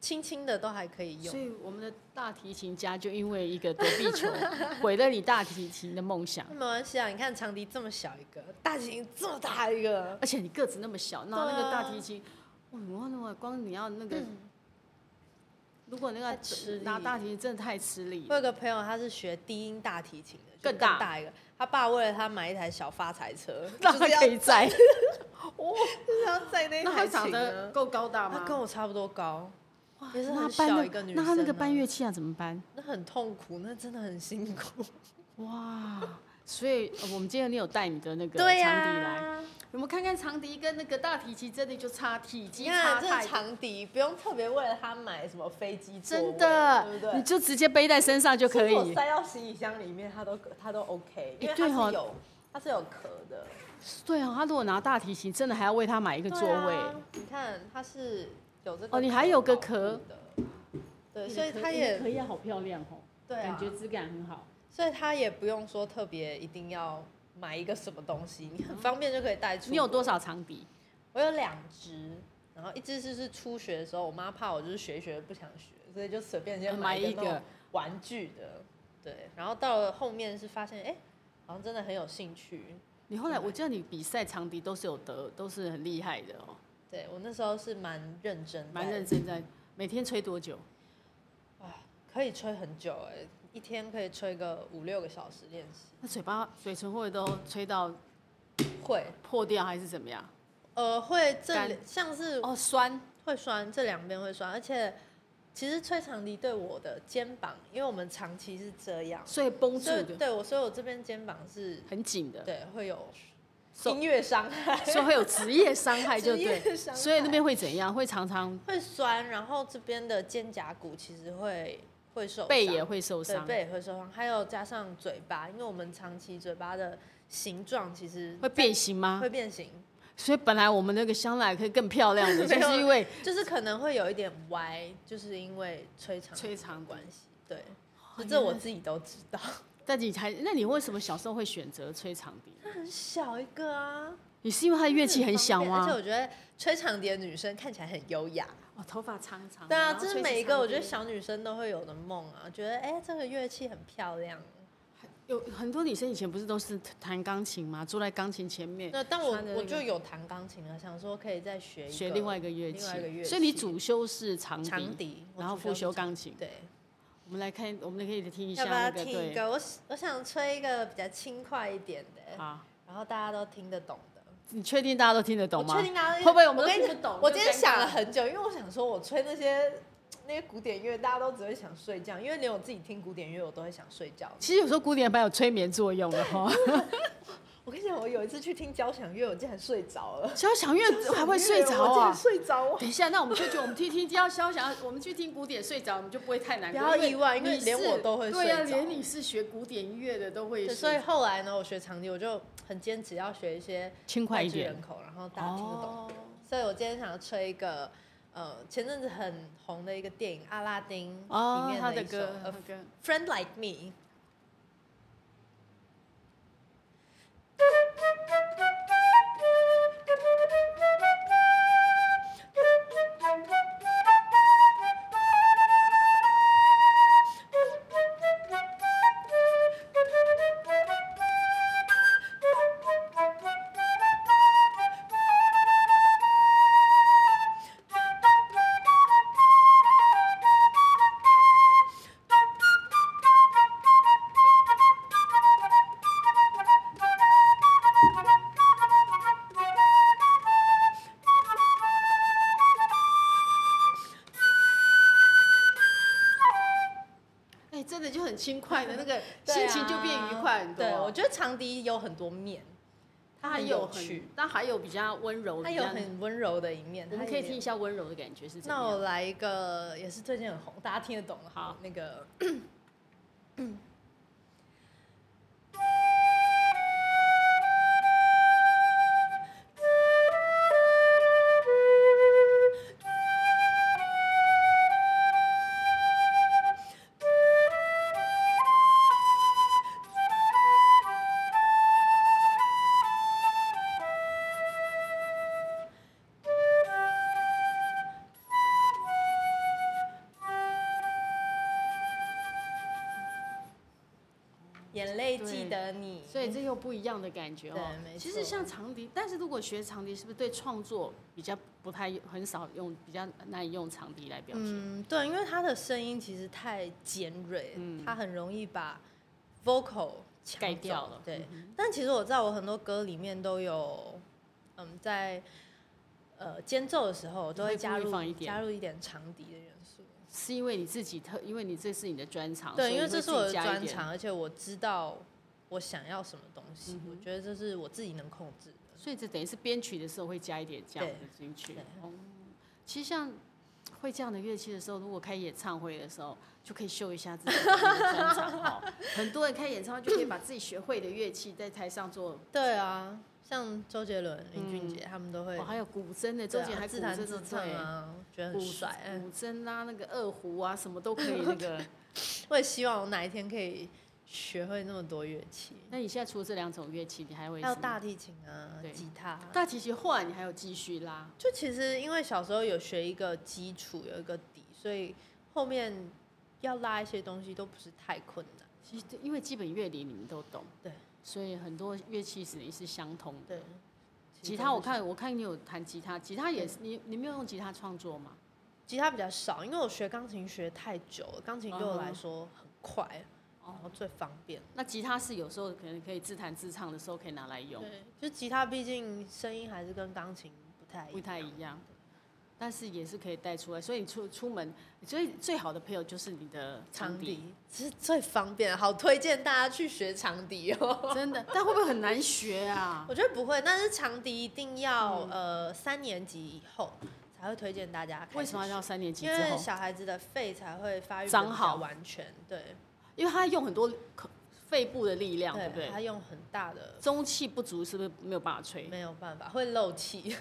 Speaker 1: 轻轻的都还可以
Speaker 2: 所
Speaker 1: 用。
Speaker 2: 以我们的大提琴家就因为一个躲 避球毁了你大提琴的梦想，
Speaker 1: 那没关系啊，你看长笛这么小一个，大提琴这么大一个，
Speaker 2: 而且你个子那么小，拿
Speaker 1: 对
Speaker 2: 那个
Speaker 1: 啊
Speaker 2: 大提琴，哇，我那么光你要那个，如果那
Speaker 1: 嗯太
Speaker 2: 个
Speaker 1: 吃力
Speaker 2: 拿大提琴真的太吃力
Speaker 1: 我
Speaker 2: 了，
Speaker 1: 有个朋友，他是学低音大提琴的，就
Speaker 2: 更
Speaker 1: 更
Speaker 2: 大
Speaker 1: 大一个。他爸为了他买一台小发财车，
Speaker 2: 那
Speaker 1: 就是
Speaker 2: 还
Speaker 1: 要
Speaker 2: 可以摘，哦，
Speaker 1: 就是要载那一
Speaker 2: 那他
Speaker 1: 台
Speaker 2: 长
Speaker 1: 琴
Speaker 2: 得
Speaker 1: 呢。
Speaker 2: 够高大
Speaker 1: 他跟
Speaker 2: 吗？
Speaker 1: 我差不多高，
Speaker 2: 哇
Speaker 1: 啊也是
Speaker 2: 那
Speaker 1: 很
Speaker 2: 搬
Speaker 1: 小
Speaker 2: 那
Speaker 1: 一个女
Speaker 2: 那他那
Speaker 1: 生
Speaker 2: 个
Speaker 1: 啊
Speaker 2: 搬乐器啊怎么搬？
Speaker 1: 那很痛苦，那真的很辛 苦。
Speaker 2: 哇，所以呃我们今天你有带你的那个长
Speaker 1: 对
Speaker 2: 笛
Speaker 1: 呀、
Speaker 2: 来。我们看看长笛跟那个大提琴真的就差体积
Speaker 1: 你
Speaker 2: 差
Speaker 1: 看这
Speaker 2: 太
Speaker 1: 个
Speaker 2: 多，
Speaker 1: 长笛不用特别为了他买什么飞机座位
Speaker 2: 真的，
Speaker 1: 对不
Speaker 2: 你
Speaker 1: 对？
Speaker 2: 就直接背在身上就可
Speaker 1: 其实我
Speaker 2: 以。
Speaker 1: 哎塞到行李箱里面，他都他都 OK，因为它
Speaker 2: 对
Speaker 1: 是
Speaker 2: 哦
Speaker 1: 有它是有壳的，
Speaker 2: 对啊，他如果拿大提琴，真的还要为他买一个座
Speaker 1: 对
Speaker 2: 位。
Speaker 1: 啊你看它是有这个
Speaker 2: 哦你还有个壳
Speaker 1: 保护的，对，所以它也
Speaker 2: 可以好漂亮哦，
Speaker 1: 对啊
Speaker 2: 感觉质感很好。
Speaker 1: 所以它也不用说特别一定要买一个什么东西，你很方便就可以带出。
Speaker 2: 你有多？少长笛？
Speaker 1: 我有两只，然后一只就是初学的时候，我妈怕我就是学一学不想学，所以就随便先
Speaker 2: 呃买
Speaker 1: 一
Speaker 2: 一个
Speaker 1: 那种玩具的。对，然后到了后面是发现，哎、好像真的很有兴趣。
Speaker 2: 你后来我记得你比赛长笛都是有得，都是很厉害的哦，
Speaker 1: 对我那时候是蛮认真在，
Speaker 2: 蛮认真在。每天吹多久？
Speaker 1: 可以吹很久哎、一天可以吹个五六个小时练习。
Speaker 2: 那嘴巴嘴唇会不会都吹到
Speaker 1: 会，
Speaker 2: 破掉还是怎么样？
Speaker 1: 呃，会这
Speaker 2: 干
Speaker 1: 里像是
Speaker 2: 哦，酸。
Speaker 1: 会酸，这两边会酸，而且其实吹长笛对我的肩膀，因为我们长期是这样，
Speaker 2: 所以绷住
Speaker 1: 所以
Speaker 2: 的，
Speaker 1: 对我，所以我这边肩膀是
Speaker 2: 很紧的，
Speaker 1: 对会有
Speaker 2: 受
Speaker 1: 音乐伤害，
Speaker 2: 所以会有职业伤害，就
Speaker 1: 职业
Speaker 2: 对。
Speaker 1: 伤害
Speaker 2: 所以那边会怎样？会常常
Speaker 1: 会酸，然后这边的肩胛骨其实会会受伤
Speaker 2: 背也会受
Speaker 1: 对
Speaker 2: 伤，
Speaker 1: 背也会受伤，还有加上嘴巴，因为我们长期嘴巴的形状其实
Speaker 2: 会变形吗
Speaker 1: 会？变 形，
Speaker 2: 所以本来我们那个香奈可以更漂亮 的，
Speaker 1: 没有
Speaker 2: 就是因为
Speaker 1: 就是可能会有一点歪，就是因为吹长笛
Speaker 2: 吹长
Speaker 1: 的
Speaker 2: 笛
Speaker 1: 关系，对，
Speaker 2: 哦
Speaker 1: 这
Speaker 2: 原
Speaker 1: 我
Speaker 2: 来
Speaker 1: 自己都知道，
Speaker 2: 但你还，那你为什么小时候会选择吹长笛？
Speaker 1: 很小一个啊。
Speaker 2: 你是因为它的乐器很小啊
Speaker 1: 而
Speaker 2: 吗
Speaker 1: 且？我觉得吹长笛的女生看起来很优雅。
Speaker 2: 哦，头发长长的。
Speaker 1: 对啊，
Speaker 2: 然后
Speaker 1: 这是
Speaker 2: 吹
Speaker 1: 每一
Speaker 2: 长
Speaker 1: 个
Speaker 2: 笛
Speaker 1: 我觉得小女生都会有的梦啊，觉得哎、这个乐器很漂亮。
Speaker 2: 有很多女生以前不是都是弹钢琴吗？坐在钢琴前面
Speaker 1: 那但我
Speaker 2: 穿着那个
Speaker 1: 我就有弹钢琴啊，想说可以再学一个
Speaker 2: 学另外一个乐器
Speaker 1: 另外一个乐器
Speaker 2: 所以你主修是长
Speaker 1: 长
Speaker 2: 笛，
Speaker 1: 笛，
Speaker 2: 然后
Speaker 1: 我主
Speaker 2: 复修
Speaker 1: 修是长
Speaker 2: 钢琴。
Speaker 1: 对，
Speaker 2: 我们来看，我们可以听一下
Speaker 1: 要不
Speaker 2: 那
Speaker 1: 要
Speaker 2: 个
Speaker 1: 听一
Speaker 2: 对
Speaker 1: 个？我我想吹一个比较轻快一点的，
Speaker 2: 啊，
Speaker 1: 然后大家都听得懂的。
Speaker 2: 你确定大家都听得懂
Speaker 1: 我
Speaker 2: 吗
Speaker 1: 确？定大家
Speaker 2: 会不会我们都
Speaker 1: 跟你
Speaker 2: 听不懂
Speaker 1: 我
Speaker 2: 就
Speaker 1: 今天
Speaker 2: 尴尬
Speaker 1: 想了很久，因为我想说，我吹那些那些古典乐，大家都只会想睡觉，因为连我自己听古典乐，我都会想睡觉。
Speaker 2: 其实有时候古典蛮有催眠作用的 哈。
Speaker 1: 我跟你讲，我有一次去听交响乐，我竟然睡着了。
Speaker 2: 交响乐还会睡着
Speaker 1: 我竟然
Speaker 2: 啊？
Speaker 1: 睡着我。
Speaker 2: 等一下，那我们就觉得我们听听交交响，我们去听古典睡着，我们就不会太难过。
Speaker 1: 不要意外因为
Speaker 2: 你
Speaker 1: 连
Speaker 2: 是
Speaker 1: 我都会
Speaker 2: 对呀、
Speaker 1: 睡着
Speaker 2: 连你是学古典音乐的都会
Speaker 1: 对
Speaker 2: 睡着。
Speaker 1: 所以后来呢，我学长笛，我就很坚持要学一些
Speaker 2: 轻快
Speaker 1: 脍
Speaker 2: 一
Speaker 1: 炙
Speaker 2: 点
Speaker 1: 人，口，然后大家听得懂。
Speaker 2: 哦
Speaker 1: 所以我今天想要吹一个，呃，前阵子很红的一个电影《阿拉丁》里
Speaker 2: 哦，
Speaker 1: 面
Speaker 2: 他
Speaker 1: 的
Speaker 2: 的
Speaker 1: 一首
Speaker 2: 歌，他
Speaker 1: 呃
Speaker 2: 的歌。
Speaker 1: friend like me。
Speaker 2: 哎、真的就很轻快的 那个
Speaker 1: 对
Speaker 2: 心
Speaker 1: 啊
Speaker 2: 情就变愉快很多。
Speaker 1: 对，我觉得长笛有很多面，
Speaker 2: 它还
Speaker 1: 很
Speaker 2: 有
Speaker 1: 有
Speaker 2: 很
Speaker 1: 趣，
Speaker 2: 它还有比较温柔的
Speaker 1: 它
Speaker 2: 这
Speaker 1: 有
Speaker 2: 样，
Speaker 1: 很温柔的一面。
Speaker 2: 我们
Speaker 1: 它
Speaker 2: 可以
Speaker 1: 也
Speaker 2: 听一下温柔的感觉是怎
Speaker 1: 那
Speaker 2: 么
Speaker 1: 我
Speaker 2: 样？
Speaker 1: 来一个，也是最近很红，大家听得懂了哈
Speaker 2: 好。
Speaker 1: 那个，眼泪记得你，
Speaker 2: 所以这又不一样的感觉哦
Speaker 1: 对没。
Speaker 2: 其实
Speaker 1: 错
Speaker 2: 像长笛，但是如果学长笛，是不是对创作比较不太很少用，比较难以用长笛来表现？
Speaker 1: 嗯，对，因为他的声音其实太尖锐，他很容易把 vocal 抢
Speaker 2: 嗯盖
Speaker 1: 走
Speaker 2: 掉了嗯
Speaker 1: 对，但其实我知道，我很多歌里面都有，嗯，在呃间奏的时候我都会
Speaker 2: 你会故
Speaker 1: 加
Speaker 2: 意
Speaker 1: 入
Speaker 2: 放一点
Speaker 1: 加入一点长笛的元素。
Speaker 2: 是因为你自己特，因为你这是你的专长，哦所
Speaker 1: 对，
Speaker 2: 以
Speaker 1: 因为
Speaker 2: 你
Speaker 1: 这
Speaker 2: 会
Speaker 1: 是
Speaker 2: 自己
Speaker 1: 我的
Speaker 2: 加一
Speaker 1: 专
Speaker 2: 点。
Speaker 1: 长，而且我知道我想要什么东西，
Speaker 2: 嗯
Speaker 1: 我觉得这是我自己能控制的。
Speaker 2: 所以这等于是编曲的时候会加一点这样的进去
Speaker 1: 对。
Speaker 2: 哦，其实像会这样的乐器的时候，如果开演唱会的时候，就可以秀一下自己的那个专长 哈。很多人开演唱会就可以把自己学会的乐器在台上做，
Speaker 1: 对啊，像周杰伦、林俊杰、他们都会
Speaker 2: 哦，还有古筝的，周
Speaker 1: 对
Speaker 2: 杰
Speaker 1: 啊
Speaker 2: 还古
Speaker 1: 自弹
Speaker 2: 筝
Speaker 1: 自
Speaker 2: 的
Speaker 1: 唱
Speaker 2: 对
Speaker 1: 啊，觉得
Speaker 2: 古
Speaker 1: 很帅。嗯
Speaker 2: 古筝啊，那个二胡啊，什么都可以那 个。
Speaker 1: 我也希望我哪一天可以学会那么多乐器，
Speaker 2: 那你现在除了这两种乐器，你还会
Speaker 1: 还有
Speaker 2: 什么
Speaker 1: 大提琴啊
Speaker 2: 对、
Speaker 1: 吉他。
Speaker 2: 大提琴，后来你还有继续拉，
Speaker 1: 就其实因为小时候有学一个基础，有一个底，所以后面要拉一些东西都不是太困难。
Speaker 2: 其实因为基本乐理你们都懂，
Speaker 1: 对，
Speaker 2: 所以很多乐器是你是相通的。
Speaker 1: 对，
Speaker 2: 吉他我看我看你有弹吉他，吉他也是你你没有用吉他创作吗？
Speaker 1: 吉他比较少，因为我学钢琴学太久了，钢琴对我来说很快，
Speaker 2: 哦
Speaker 1: 然后最方便。
Speaker 2: 那吉他是有时候可能可以自弹自唱的时候可以拿来用，
Speaker 1: 对，就吉他毕竟声音还是跟钢琴不太一
Speaker 2: 不
Speaker 1: 样。
Speaker 2: 太一样，但是也是可以带出来。所以你出出门，所以最好的朋友就是你的长
Speaker 1: 长
Speaker 2: 笛，
Speaker 1: 笛这是最方便的，好推荐大家去学长笛哦。
Speaker 2: 真的。但会不会很难学啊？
Speaker 1: 我觉得不会，但是长笛一定要、
Speaker 2: 嗯
Speaker 1: 呃三年级以后才会推荐大家开始学。
Speaker 2: 为什么要到三年级
Speaker 1: 因
Speaker 2: 之
Speaker 1: 为
Speaker 2: 后？
Speaker 1: 小孩子的肺才会发育得
Speaker 2: 长
Speaker 1: 比较
Speaker 2: 好
Speaker 1: 完全，对
Speaker 2: 因为他用很多口肺部的力量，对不
Speaker 1: 对，
Speaker 2: 对？
Speaker 1: 他用很大的
Speaker 2: 中气不足是不是没有办法吹？
Speaker 1: 没有办法会漏 气，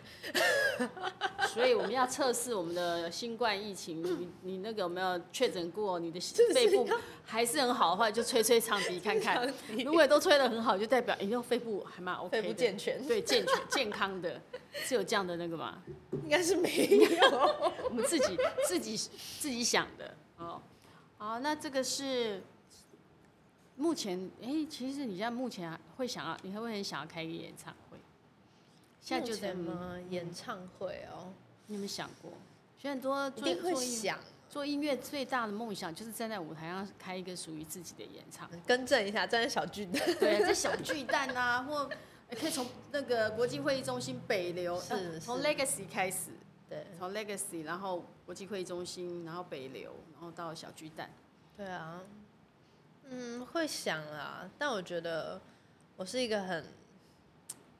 Speaker 2: 所以我们要测试我们的新冠疫情，你你那个有没有确诊过？你的
Speaker 1: 是
Speaker 2: 肺部还是很好的话，就吹吹长笛看看。如果都吹得很好，就代表你用肺部还蛮 OK
Speaker 1: 肺
Speaker 2: 的，
Speaker 1: 不健全，
Speaker 2: 对健全健康的，是有这样的那个吗？
Speaker 1: 应该是没有。
Speaker 2: 我们自己自己自己想的哦。好，那这个是目前哎、其实你现在目前还会想要，你会不会很想要开一个演唱会？ 现在就
Speaker 1: 目
Speaker 2: 在嗯
Speaker 1: 前吗？演唱会哦，
Speaker 2: 你有没有想过？现在很多
Speaker 1: 一
Speaker 2: 做
Speaker 1: 定会
Speaker 2: 做音
Speaker 1: 想，
Speaker 2: 做音乐最大的梦想就是站在舞台上开一个属于自己的演唱
Speaker 1: 啊更正一下，站在小巨 蛋
Speaker 2: 对，在小巨蛋啊， 或可以从那个国际会议中心北流，
Speaker 1: 是
Speaker 2: 呃从
Speaker 1: 是
Speaker 2: Legacy 开始，
Speaker 1: 对
Speaker 2: 从 Legacy，然后国际会议中心，然后北流，然后到小巨蛋，
Speaker 1: 对啊，嗯，会想啦，但我觉得我是一个很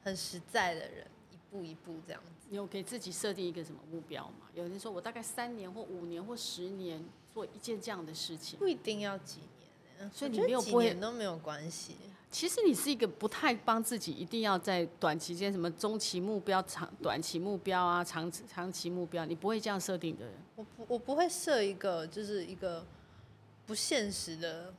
Speaker 1: 很实在的人，一步一步这样子。
Speaker 2: 你有给自己设定一个什么目标吗？有人说我大概三年或五年或十年做一件这样的事情，
Speaker 1: 不一定要几年，
Speaker 2: 所以
Speaker 1: 嗯我
Speaker 2: 你
Speaker 1: 觉得
Speaker 2: 没有
Speaker 1: 几
Speaker 2: 不会
Speaker 1: 年都没有关系。
Speaker 2: 其实你是一个不太帮自己，一定要在短期间什么中期目标、长短期目标啊、长长期目标，你不会这样设定的人。
Speaker 1: 我不，我不会设一个就是一个不现实的，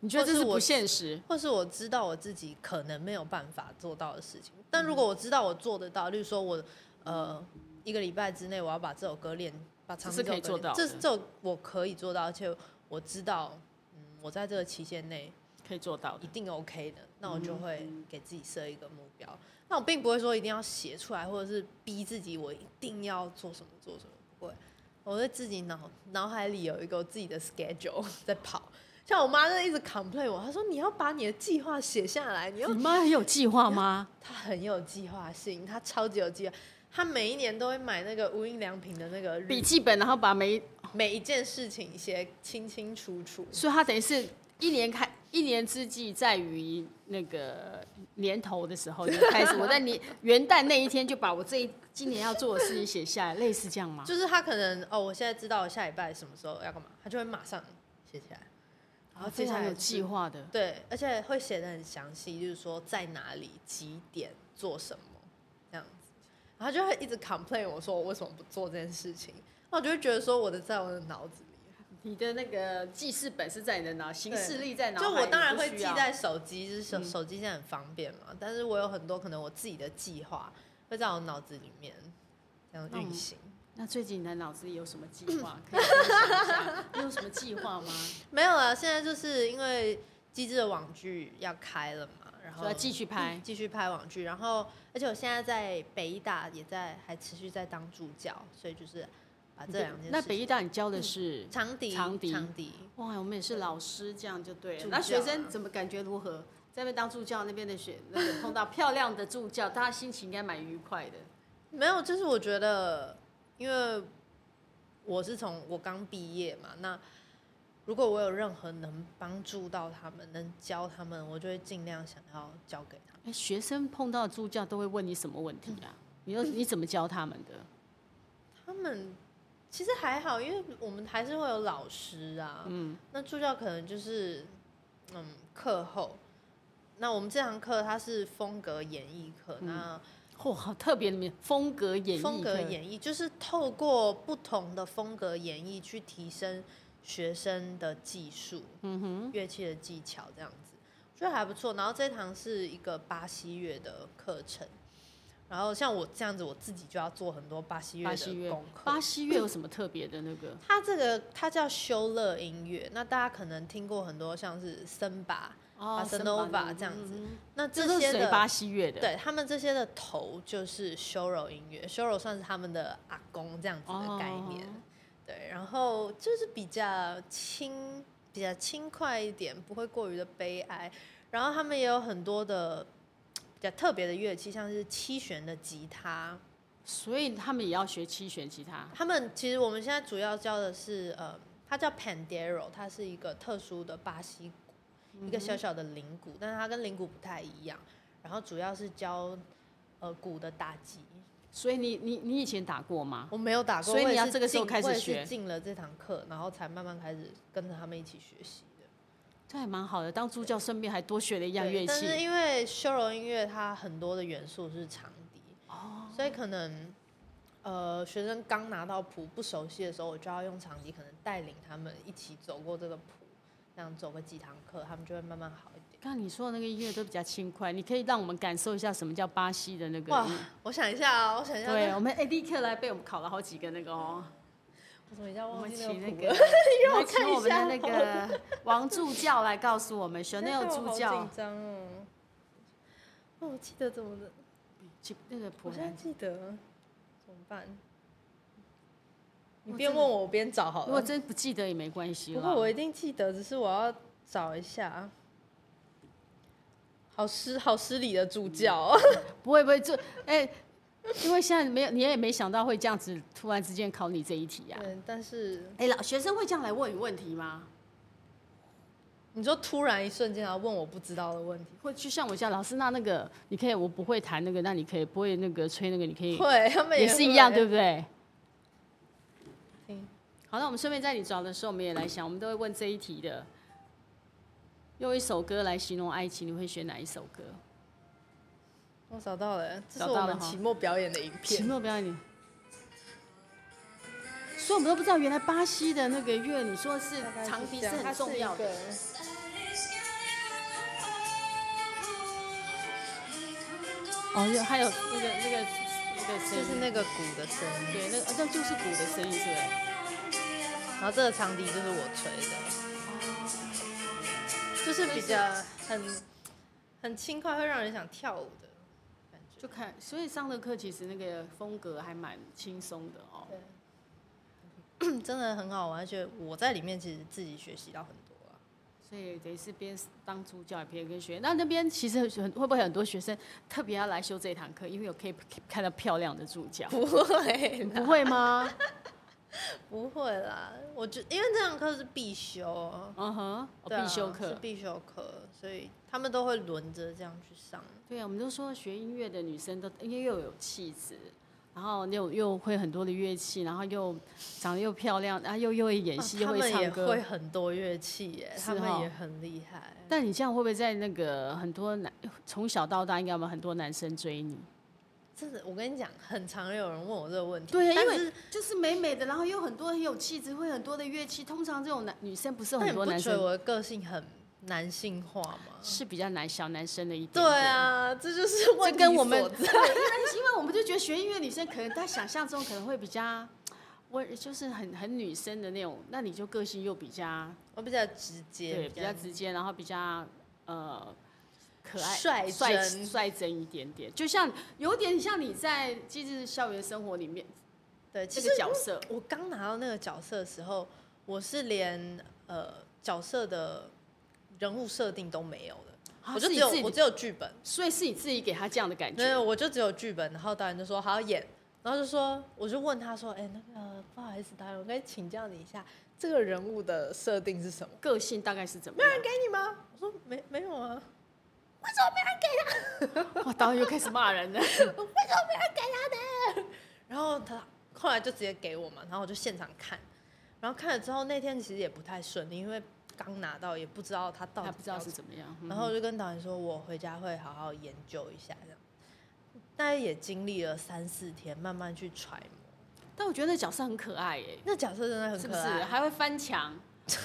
Speaker 2: 你觉得这
Speaker 1: 或
Speaker 2: 是
Speaker 1: 是我
Speaker 2: 不现实？
Speaker 1: 或是我知道我自己可能没有办法做到的事情。但如果
Speaker 2: 嗯
Speaker 1: 我知道我做得到，例如说我呃一个礼拜之内我要把这首歌练，把长
Speaker 2: 这是可以
Speaker 1: 这首歌练
Speaker 2: 做到
Speaker 1: 这
Speaker 2: 的
Speaker 1: 这首我可以做到，而且我知道，嗯，我在这个期限内
Speaker 2: 可以做到的
Speaker 1: 一。定 OK 的，那我就会给自己设一个目标。那我并不会说一定要写出来，或者是逼自己我一定要做什么做什么，不会。我会自己脑脑海里有一个我自己的 schedule 在跑。像我妈就一直 complain 我，她说你要把你的计划写下来，你要
Speaker 2: 你妈很有计划吗？
Speaker 1: 她很有计划性，她超级有计划。她每一年都会买那个无印良品的那个
Speaker 2: 笔
Speaker 1: 日，
Speaker 2: 记本，然后把每，
Speaker 1: 每一件事情写清清楚楚。
Speaker 2: 所以她等于是一年开一年之计在于那个年头的时候， 你开始我在年元旦那一天就把我这一今年要做的事情写下来，类似这样吗？
Speaker 1: 就是他可能哦，我现在知道我下礼拜什么时候要干嘛，他就会马上写起来，然后接
Speaker 2: 非
Speaker 1: 下
Speaker 2: 常
Speaker 1: 来
Speaker 2: 有计
Speaker 1: 划，
Speaker 2: 划的，
Speaker 1: 对，而且会写的很详细，就是说在哪里、几点做什么这样子，然后就会一直 complain 我说我为什么不做这件事情，那我就会觉得说我的在我的脑子里，
Speaker 2: 你的那个记事本是在你的脑，行事历在脑海
Speaker 1: 就
Speaker 2: 里，
Speaker 1: 我当然
Speaker 2: 不
Speaker 1: 会
Speaker 2: 需
Speaker 1: 记
Speaker 2: 要
Speaker 1: 在手机，就是手
Speaker 2: 嗯
Speaker 1: 手机现在很方便嘛，但是我有很多可能我自己的计划会在我脑子里面这样
Speaker 2: 那我
Speaker 1: 运
Speaker 2: 们
Speaker 1: 行。
Speaker 2: 那最近你的脑子里有什么计划？可以分享一 下，你有什么计划吗？
Speaker 1: 没有了，现在就是因为《机智的网剧》要开了嘛，然
Speaker 2: 所
Speaker 1: 后
Speaker 2: 以要继续拍，
Speaker 1: 继续拍网剧，然后而且我现在在北医大也在还持续在当助教，所以就是把这两件事情
Speaker 2: 那北医大你教的是、
Speaker 1: 长笛
Speaker 2: 长笛
Speaker 1: 长笛，
Speaker 2: 哇，我们也是老师，这样就对了
Speaker 1: 助。教啊
Speaker 2: 那学生怎么感觉如何？在那边当助教，那边的学那个碰到漂亮的助教，大家心情应该蛮愉快的。
Speaker 1: 没有，就是我觉得，因为我是从我刚毕业嘛，那如果我有任何能帮助到他们、能教他们，我就会尽量想要教给他们。
Speaker 2: 哎，学生碰到助教都会问你什么问题啊？你又你怎么教他们的？
Speaker 1: 他们其实还好，因为我们还是会有老师啊。嗯，那助教可能就是嗯课后。那我们这堂课它是风格演绎课，
Speaker 2: 嗯
Speaker 1: 那
Speaker 2: 嚯、好特别的名风格演绎，
Speaker 1: 风格演绎就是透过不同的风格演绎去提升学生的技术，嗯哼，乐器的技巧这样子，我觉得还不错。然后这堂是一个巴西乐的课程，然后像我这样子，我自己就要做很多巴西乐
Speaker 2: 巴西
Speaker 1: 的
Speaker 2: 乐
Speaker 1: 功，课。
Speaker 2: 巴西乐有什么特别的那个？
Speaker 1: 它这个它叫修乐音乐，那大家可能听过很多像是森巴、
Speaker 2: 哦
Speaker 1: Bossa
Speaker 2: 森巴
Speaker 1: Nova 这样子
Speaker 2: 嗯嗯
Speaker 1: 那
Speaker 2: 这都
Speaker 1: 这
Speaker 2: 是
Speaker 1: 些
Speaker 2: 谁
Speaker 1: 的
Speaker 2: 巴西乐的？，
Speaker 1: 对他们这些的头就是修柔音乐，修柔算是他们的阿公这样子的概念。
Speaker 2: 哦
Speaker 1: 对，然后就是比较轻，比较轻快一点，不会过于的悲哀。然后他们也有很多的比较特别的乐器，像是七弦的吉他。
Speaker 2: 所以他们也要学七弦吉他。
Speaker 1: 他们其实我们现在主要教的是，呃，它叫 pandero，它是一个特殊的巴西鼓，一个小小的铃鼓，但是它跟铃鼓不太一样。然后主要是教呃鼓的打击，
Speaker 2: 所以你你你以前打过吗？
Speaker 1: 我没有打过，
Speaker 2: 所以
Speaker 1: 我也
Speaker 2: 你要
Speaker 1: 是
Speaker 2: 这个时候
Speaker 1: 进
Speaker 2: 开始
Speaker 1: 我也是
Speaker 2: 学
Speaker 1: 进了这堂课，然后才慢慢开始跟着他们一起学习的。
Speaker 2: 这还蛮好的，当助教顺便还多学了一样
Speaker 1: 对
Speaker 2: 乐
Speaker 1: 但是
Speaker 2: 器。
Speaker 1: 因为修柔音乐它很多的元素是长笛，
Speaker 2: 哦，
Speaker 1: 所以可能呃学生刚拿到谱不熟悉的时候，我就要用长笛可能带领他们一起走过这个谱，这样走个几堂课，他们就会慢慢好一点。
Speaker 2: 刚刚你说的那个音乐都比较轻快，你可以让我们感受一下什么叫巴西的那个
Speaker 1: 哇
Speaker 2: 音。，
Speaker 1: 我想一下啊，我想一下，
Speaker 2: 对，我们哎立刻来被我们考了好几个那个哦。
Speaker 1: 我怎么一下
Speaker 2: 我
Speaker 1: 忘
Speaker 2: 们
Speaker 1: 记
Speaker 2: 请
Speaker 1: 那
Speaker 2: 那
Speaker 1: 个谱
Speaker 2: 个
Speaker 1: 了？，
Speaker 2: 我
Speaker 1: 我
Speaker 2: 们请
Speaker 1: 看一
Speaker 2: 我们的
Speaker 1: 下
Speaker 2: 那个王助教来告诉我 们
Speaker 1: 那
Speaker 2: ，Chanel
Speaker 1: 个
Speaker 2: 助
Speaker 1: 我好
Speaker 2: 教
Speaker 1: 紧，张哦。哦，我记得怎么的，
Speaker 2: 请那个普
Speaker 1: 我现在
Speaker 2: 兰。
Speaker 1: 记得怎么办？你
Speaker 2: 我
Speaker 1: 边
Speaker 2: 真的
Speaker 1: 问我，我边找好
Speaker 2: 如果
Speaker 1: 了。
Speaker 2: 真不记得也没关系
Speaker 1: 不
Speaker 2: 啦。
Speaker 1: 过我一定记得，只是我要找一下。好失好失礼的助教、哦，
Speaker 2: 不会不会，这哎、因为现在没有，你也没想到会这样子突然之间考你这一题啊呀、
Speaker 1: 对，但是
Speaker 2: 哎、老学生会这样来问你问题吗？
Speaker 1: 你说突然一瞬间要问我不知道的问题，
Speaker 2: 会就像我讲，老师那那个你可以，我不会弹那个，那你可以不会那个吹那个，你可以
Speaker 1: 会他们
Speaker 2: 也是一样，对
Speaker 1: 对
Speaker 2: 不对？
Speaker 1: 对？
Speaker 2: 好，那我们顺便在你找的时候，我们也来想，我们都会问这一题的。用一首歌来形容爱情，你会选哪一首歌？
Speaker 1: 我找到了，这
Speaker 2: 找
Speaker 1: 是
Speaker 2: 到
Speaker 1: 我
Speaker 2: 了
Speaker 1: 们
Speaker 2: 哈
Speaker 1: 期末表演的影
Speaker 2: 期
Speaker 1: 片。
Speaker 2: 末表演你。所以我们都不知道，原来巴西的那个乐，你说是
Speaker 1: 大概是
Speaker 2: 长笛
Speaker 1: 这
Speaker 2: 是
Speaker 1: 样
Speaker 2: 很重要的。。
Speaker 1: 它是一个
Speaker 2: 哦，有还有那个那个那个声
Speaker 1: 就是
Speaker 2: 音，
Speaker 1: 那个鼓的声音，
Speaker 2: 对，那个那就是鼓的声音，是不是？
Speaker 1: 然后这个长笛就是我吹的，就是比较很很轻快，会让人想跳舞的感觉。
Speaker 2: 就看，所以上的课其实那个风格还蛮轻松的哦。
Speaker 1: 对，嗯真的很好玩，而且我在里面其实自己学习到很多啊。
Speaker 2: 所以等于是边当助教也边跟学员。那那边其实很会不会很多学生特别要来修这堂课，因为有可以看到漂亮的助教，
Speaker 1: 不会
Speaker 2: 不
Speaker 1: 啦，
Speaker 2: 会吗？
Speaker 1: 不会啦，我觉因为这堂课是必修哦，
Speaker 2: 嗯哼，哦
Speaker 1: 对啊
Speaker 2: 必修
Speaker 1: 是
Speaker 2: 课。
Speaker 1: 必修课，所以他们都会轮着这样去上。
Speaker 2: 对啊，我们都说学音乐的女生都因为又有气质，然后又又会很多的乐器，然后又长得又漂亮，然后又又会演戏，
Speaker 1: 啊
Speaker 2: 又
Speaker 1: 他们
Speaker 2: 唱
Speaker 1: 也
Speaker 2: 歌。
Speaker 1: 会很多乐器耶，他
Speaker 2: 是哦
Speaker 1: 们也很厉害。
Speaker 2: 但你这样会不会在那个很多男从小到大应该有很多男生追你？
Speaker 1: 真的，我跟你讲，很常有人问我这个问题。
Speaker 2: 对啊，
Speaker 1: 但
Speaker 2: 因为
Speaker 1: 是
Speaker 2: 就是美美的，然后又很多很有气质，会很多的乐器。通常这种男女生不是
Speaker 1: 但
Speaker 2: 很
Speaker 1: 你
Speaker 2: 多
Speaker 1: 不
Speaker 2: 男
Speaker 1: 觉得
Speaker 2: 生
Speaker 1: 我的个性很男性化吗？
Speaker 2: 是比较男小男生的一点
Speaker 1: 对
Speaker 2: 点。
Speaker 1: 啊，这就是问
Speaker 2: 这
Speaker 1: 题
Speaker 2: 跟我们
Speaker 1: 所在
Speaker 2: 对，因为因为我们就觉得学音乐女生可能在想象中可能会比较温，就是很很女生的那种。那你就个性又比较
Speaker 1: 我比较直接，
Speaker 2: 对，比较直接，然后比较呃可爱、
Speaker 1: 率
Speaker 2: 率
Speaker 1: 真
Speaker 2: 率真一点点，就像有点像你在《机智校园生活》里面
Speaker 1: 对，其实
Speaker 2: 这个角色，
Speaker 1: 我刚拿到那个角色的时候，我是连呃角色的人物设定都没有的，
Speaker 2: 啊
Speaker 1: 我就是只
Speaker 2: 你
Speaker 1: 有
Speaker 2: 自己
Speaker 1: 我只有剧本，
Speaker 2: 所以是你自己给他这样的感
Speaker 1: 没有，
Speaker 2: 觉。
Speaker 1: 我就只有剧本。然后导演就说好演，然后就说我就问他说，哎、那个不好意思，导演，我可以请教你一下，这个人物的设定是什么？
Speaker 2: 个性大概是怎么样？
Speaker 1: 给你吗？我说没没有啊，哦
Speaker 2: 哇，导演又开始骂人了。
Speaker 1: 然后他后来就直接给我嘛，然后我就现场看，然后看了之后那天其实也不太顺利，因为刚拿到也不知道它到底
Speaker 2: 还不知道
Speaker 1: 要
Speaker 2: 是怎么样。嗯
Speaker 1: 然后我就跟导演说，我回家会好好研究一下这样。大概也经历了三四天，慢慢去揣摩。
Speaker 2: 但我觉得那角色很可爱耶，
Speaker 1: 那角色真的很
Speaker 2: 是
Speaker 1: 可
Speaker 2: 不是？
Speaker 1: 爱，
Speaker 2: 还会 翻墙，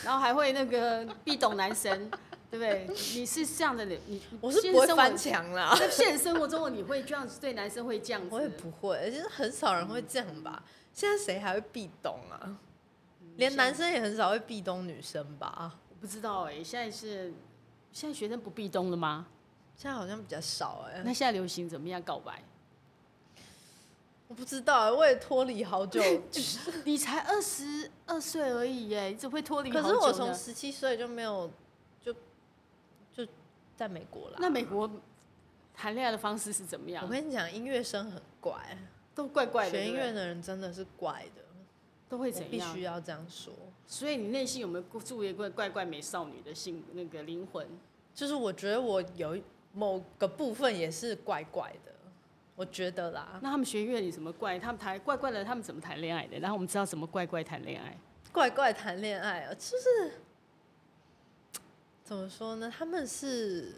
Speaker 2: 然后还会那个壁咚男神，对不对？你是这样的人，你你
Speaker 1: 我是
Speaker 2: 现
Speaker 1: 不会
Speaker 2: 实生活
Speaker 1: 翻。 墙啦，
Speaker 2: 在现实生活中，你会这样子对男生会这样子？
Speaker 1: 我也不会，而且很少人会这样
Speaker 2: 嗯
Speaker 1: 吧。现在谁还会壁咚啊？连男生也很少会壁咚女生吧？
Speaker 2: 我不知道哎、现在是现在学生不壁咚了吗？
Speaker 1: 现在好像比较少哎、
Speaker 2: 那现在流行怎么样告白？
Speaker 1: 我不知道、欸，我也脱离好 久。
Speaker 2: 你才二十二岁而已耶，你怎么会脱离好
Speaker 1: 可是
Speaker 2: 久呢？
Speaker 1: 我从十七岁就没有，就就在美国啦。
Speaker 2: 那美国谈恋爱的方式是怎么
Speaker 1: 我
Speaker 2: 样？
Speaker 1: 跟你讲，音乐生很怪，
Speaker 2: 都怪怪的，
Speaker 1: 学音
Speaker 2: 对不
Speaker 1: 乐
Speaker 2: 对
Speaker 1: 的人真的是怪的，
Speaker 2: 都会
Speaker 1: 我
Speaker 2: 怎
Speaker 1: 必
Speaker 2: 样
Speaker 1: 须？要这样说。
Speaker 2: 所以你内心有没有住一个怪怪美少女的性那个灵魂？
Speaker 1: 就是我觉得我有一某个部分也是怪怪的，我觉得啦，
Speaker 2: 那他们学音乐你怎么怪？他们谈怪怪的，他们怎么谈恋爱的？然后我们知道怎么怪怪谈恋爱。
Speaker 1: 怪怪谈恋爱啊，就是怎么说呢？他们是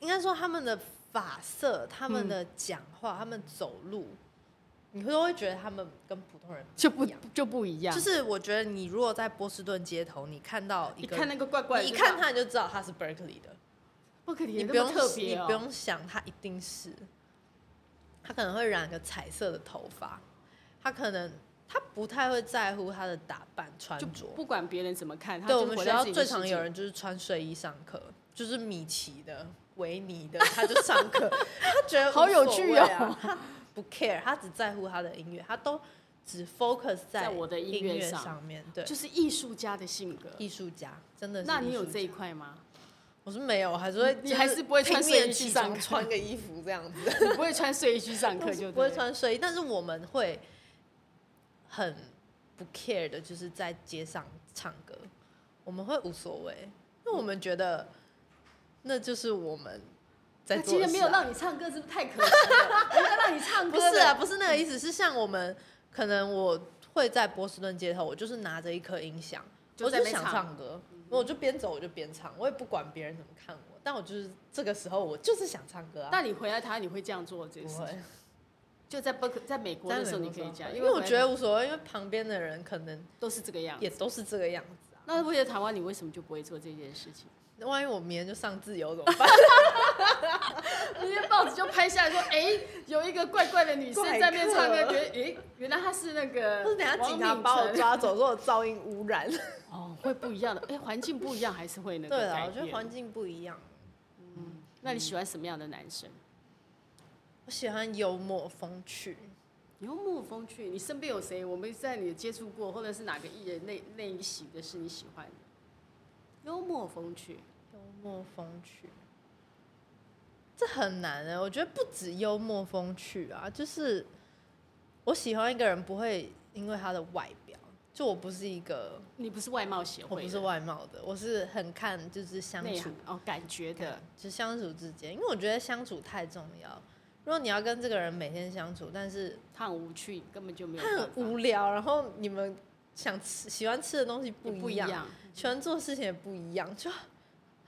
Speaker 1: 应该说他们的发色、他
Speaker 2: 嗯
Speaker 1: 们的讲话、他们走路，你会都会觉得他们跟普通人
Speaker 2: 就不
Speaker 1: 一样
Speaker 2: 就不一样，
Speaker 1: 就是我觉得你如果在波士顿街头，你看到一
Speaker 2: 你
Speaker 1: 个
Speaker 2: 看那个怪怪的
Speaker 1: 你
Speaker 2: 就
Speaker 1: 一
Speaker 2: 知道，
Speaker 1: 看他你就知道他是 Berkeley 的，
Speaker 2: 不可
Speaker 1: 你
Speaker 2: 能
Speaker 1: 不
Speaker 2: 那
Speaker 1: 用
Speaker 2: 么特别
Speaker 1: 你
Speaker 2: 哦
Speaker 1: 不。用想，他一定是，他可能会染个彩色的头发，他可能他不太会在乎他的打扮穿
Speaker 2: 就
Speaker 1: 着。
Speaker 2: 不管别人怎么看，他
Speaker 1: 对
Speaker 2: 就
Speaker 1: 我们
Speaker 2: 活
Speaker 1: 学
Speaker 2: 在
Speaker 1: 校
Speaker 2: 自己
Speaker 1: 最
Speaker 2: 的
Speaker 1: 常
Speaker 2: 世
Speaker 1: 有
Speaker 2: 界
Speaker 1: 人就是穿睡衣上课，就是米奇的、维尼的，他就上 课，他觉得无
Speaker 2: 好有
Speaker 1: 所
Speaker 2: 趣
Speaker 1: 谓啊
Speaker 2: 哦
Speaker 1: 他不 care，他只在乎他的音乐，他都只 focus
Speaker 2: 在
Speaker 1: 在
Speaker 2: 我的音
Speaker 1: 音
Speaker 2: 乐
Speaker 1: 乐
Speaker 2: 上
Speaker 1: 上面。对，
Speaker 2: 就是艺术家的性格。
Speaker 1: 艺术家真的是艺术家。
Speaker 2: 那你有这一块吗？
Speaker 1: 我是没有，我还是会
Speaker 2: 你
Speaker 1: 就
Speaker 2: 还是不会穿
Speaker 1: 拼
Speaker 2: 睡衣
Speaker 1: 命
Speaker 2: 去
Speaker 1: 起
Speaker 2: 上
Speaker 1: 床
Speaker 2: 课
Speaker 1: 穿个衣服这样子。
Speaker 2: 你不会穿睡衣去上课
Speaker 1: 我
Speaker 2: 就是对
Speaker 1: 不会穿睡衣，但是我们会很不 care 的，就是在街上唱歌，我们会无所谓，因为我们觉得那就是我们在
Speaker 2: 那
Speaker 1: 做
Speaker 2: 今
Speaker 1: 的
Speaker 2: 天
Speaker 1: 事
Speaker 2: 没有
Speaker 1: 啊、
Speaker 2: 让你唱歌，是不是太可惜了？ 人家让你唱歌
Speaker 1: 不是啊，
Speaker 2: 的，
Speaker 1: 不是那个意思，是像我们可能我会在波士顿街头，我就是拿着一颗音响，
Speaker 2: 就
Speaker 1: 我
Speaker 2: 在
Speaker 1: 就
Speaker 2: 那
Speaker 1: 想
Speaker 2: 唱
Speaker 1: 唱歌，我就边走我就边唱，我也不管别人怎么看我，但我就是这个时候我就是想唱歌啊，
Speaker 2: 但你回来台湾你会这样做这
Speaker 1: 不
Speaker 2: 个事
Speaker 1: 会
Speaker 2: 情？。就在不可在美国的时候你可以这样，
Speaker 1: 因
Speaker 2: 为
Speaker 1: 为我
Speaker 2: 回来
Speaker 1: 觉得无所谓，因为旁边的人可能
Speaker 2: 都是这个样子。
Speaker 1: 也都是这个样子啊。
Speaker 2: 那为了台湾，你为什么就不会做这件事情？
Speaker 1: 那万一我明天就上自由怎么办？
Speaker 2: 那天报纸就拍下来说，哎、有一个怪怪的女生在那边唱歌，
Speaker 1: 怪
Speaker 2: 觉
Speaker 1: 客
Speaker 2: 得，哎、原来她是那 个
Speaker 1: 或 是等下警察
Speaker 2: 王敏
Speaker 1: 把我
Speaker 2: 成
Speaker 1: 抓走，说我噪音污染。
Speaker 2: 哦，会不一样的，哎、环境不一样，还是会那个
Speaker 1: 对
Speaker 2: 改
Speaker 1: 啊，我觉得
Speaker 2: 变
Speaker 1: 环嗯境不一样。
Speaker 2: 那你喜欢什么样的男生？
Speaker 1: 我喜欢幽默风趣，
Speaker 2: 幽默风趣，你身边有谁？我们在你接触过，或者是哪个艺人那那一席的是你喜欢的？幽默风趣，
Speaker 1: 幽默风趣，这很难哎、我觉得不止幽默风趣啊，就是我喜欢一个人不会因为他的外表，就我不是一个，
Speaker 2: 你不是外貌协
Speaker 1: 我
Speaker 2: 会的，
Speaker 1: 不是外貌的，我是很看就是相
Speaker 2: 内
Speaker 1: 处啊
Speaker 2: 涵哦，感觉的，
Speaker 1: 就相处之间，因为我觉得相处太重要。如果你要跟这个人每天相处，但是
Speaker 2: 他很无趣，根本就没有
Speaker 1: 他
Speaker 2: 办
Speaker 1: 很
Speaker 2: 法，
Speaker 1: 无聊，然后你们想吃喜欢吃的东西
Speaker 2: 也
Speaker 1: 不
Speaker 2: 不
Speaker 1: 一
Speaker 2: 一
Speaker 1: 样，
Speaker 2: 样。
Speaker 1: 喜欢做的事情也不一样，就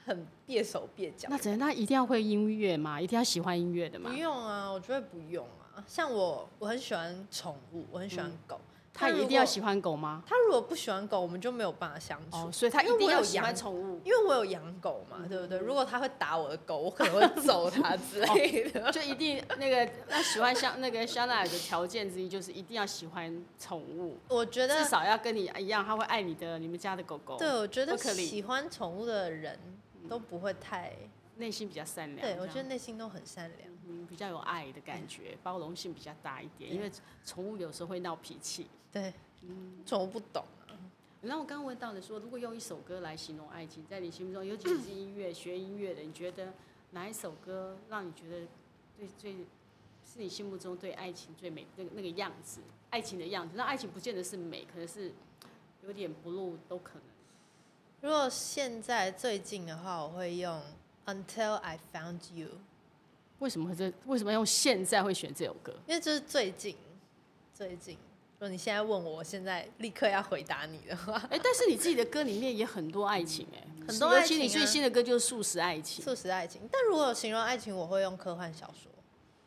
Speaker 1: 很蹩手蹩脚
Speaker 2: 那。怎样？那一定要会音乐嘛，一定要喜欢音乐的
Speaker 1: 不
Speaker 2: 嘛。
Speaker 1: 用啊，我觉得不用啊。像我，我很喜欢宠物，我很喜欢狗。
Speaker 2: 嗯他
Speaker 1: 如
Speaker 2: 一
Speaker 1: 果
Speaker 2: 定要喜欢狗吗？
Speaker 1: 他如果不喜欢狗，我们就没有办法相处。
Speaker 2: 哦，所以他一
Speaker 1: 因为
Speaker 2: 定
Speaker 1: 我
Speaker 2: 要
Speaker 1: 有
Speaker 2: 喜欢
Speaker 1: 养
Speaker 2: 宠物，
Speaker 1: 因为我有养狗嘛，对
Speaker 2: 嗯
Speaker 1: 不对？如果他会打我的狗，我可能会揍他之类的。
Speaker 2: 就一定那个那喜欢香那个香奈儿的条件之一就是一定要喜欢宠物，
Speaker 1: 我觉得
Speaker 2: 至少要跟你一样，他会爱你的，你们家的狗狗，
Speaker 1: 对，我觉得
Speaker 2: 不可理
Speaker 1: 喜欢宠物的人都不会太，
Speaker 2: 内心比较善良。
Speaker 1: 对我觉
Speaker 2: 这
Speaker 1: 得
Speaker 2: 样
Speaker 1: 内心都很善良。
Speaker 2: 嗯比较有爱的感觉，包容性比较大一点，因为宠物有时候会闹脾气。
Speaker 1: 对，
Speaker 2: 嗯
Speaker 1: 宠物不懂啊，
Speaker 2: 然后我刚刚问到的说，如果用一首歌来形容爱情，在你心目中，尤其是音乐、学音乐的，你觉得哪一首歌让你觉得最最是你心目中对爱情最美那个那个样子，爱情的样子？那爱情不见得是美，可能是有点不露都可能。
Speaker 1: 如果现在最近的话，我会用 Until I Found You，
Speaker 2: 为什么会这？为什么用现在会选这首歌？
Speaker 1: 因为这是最近，最近，如果你现在问我，我现在立刻要回答你 的话，
Speaker 2: 哎、但是你自己的歌里面也很多爱情哎、
Speaker 1: 很多
Speaker 2: 尤
Speaker 1: 爱
Speaker 2: 其你
Speaker 1: 情
Speaker 2: 最
Speaker 1: 啊
Speaker 2: 新的歌就是素食爱情，
Speaker 1: 素食爱情。但如果有形容爱情，我会用科幻小说。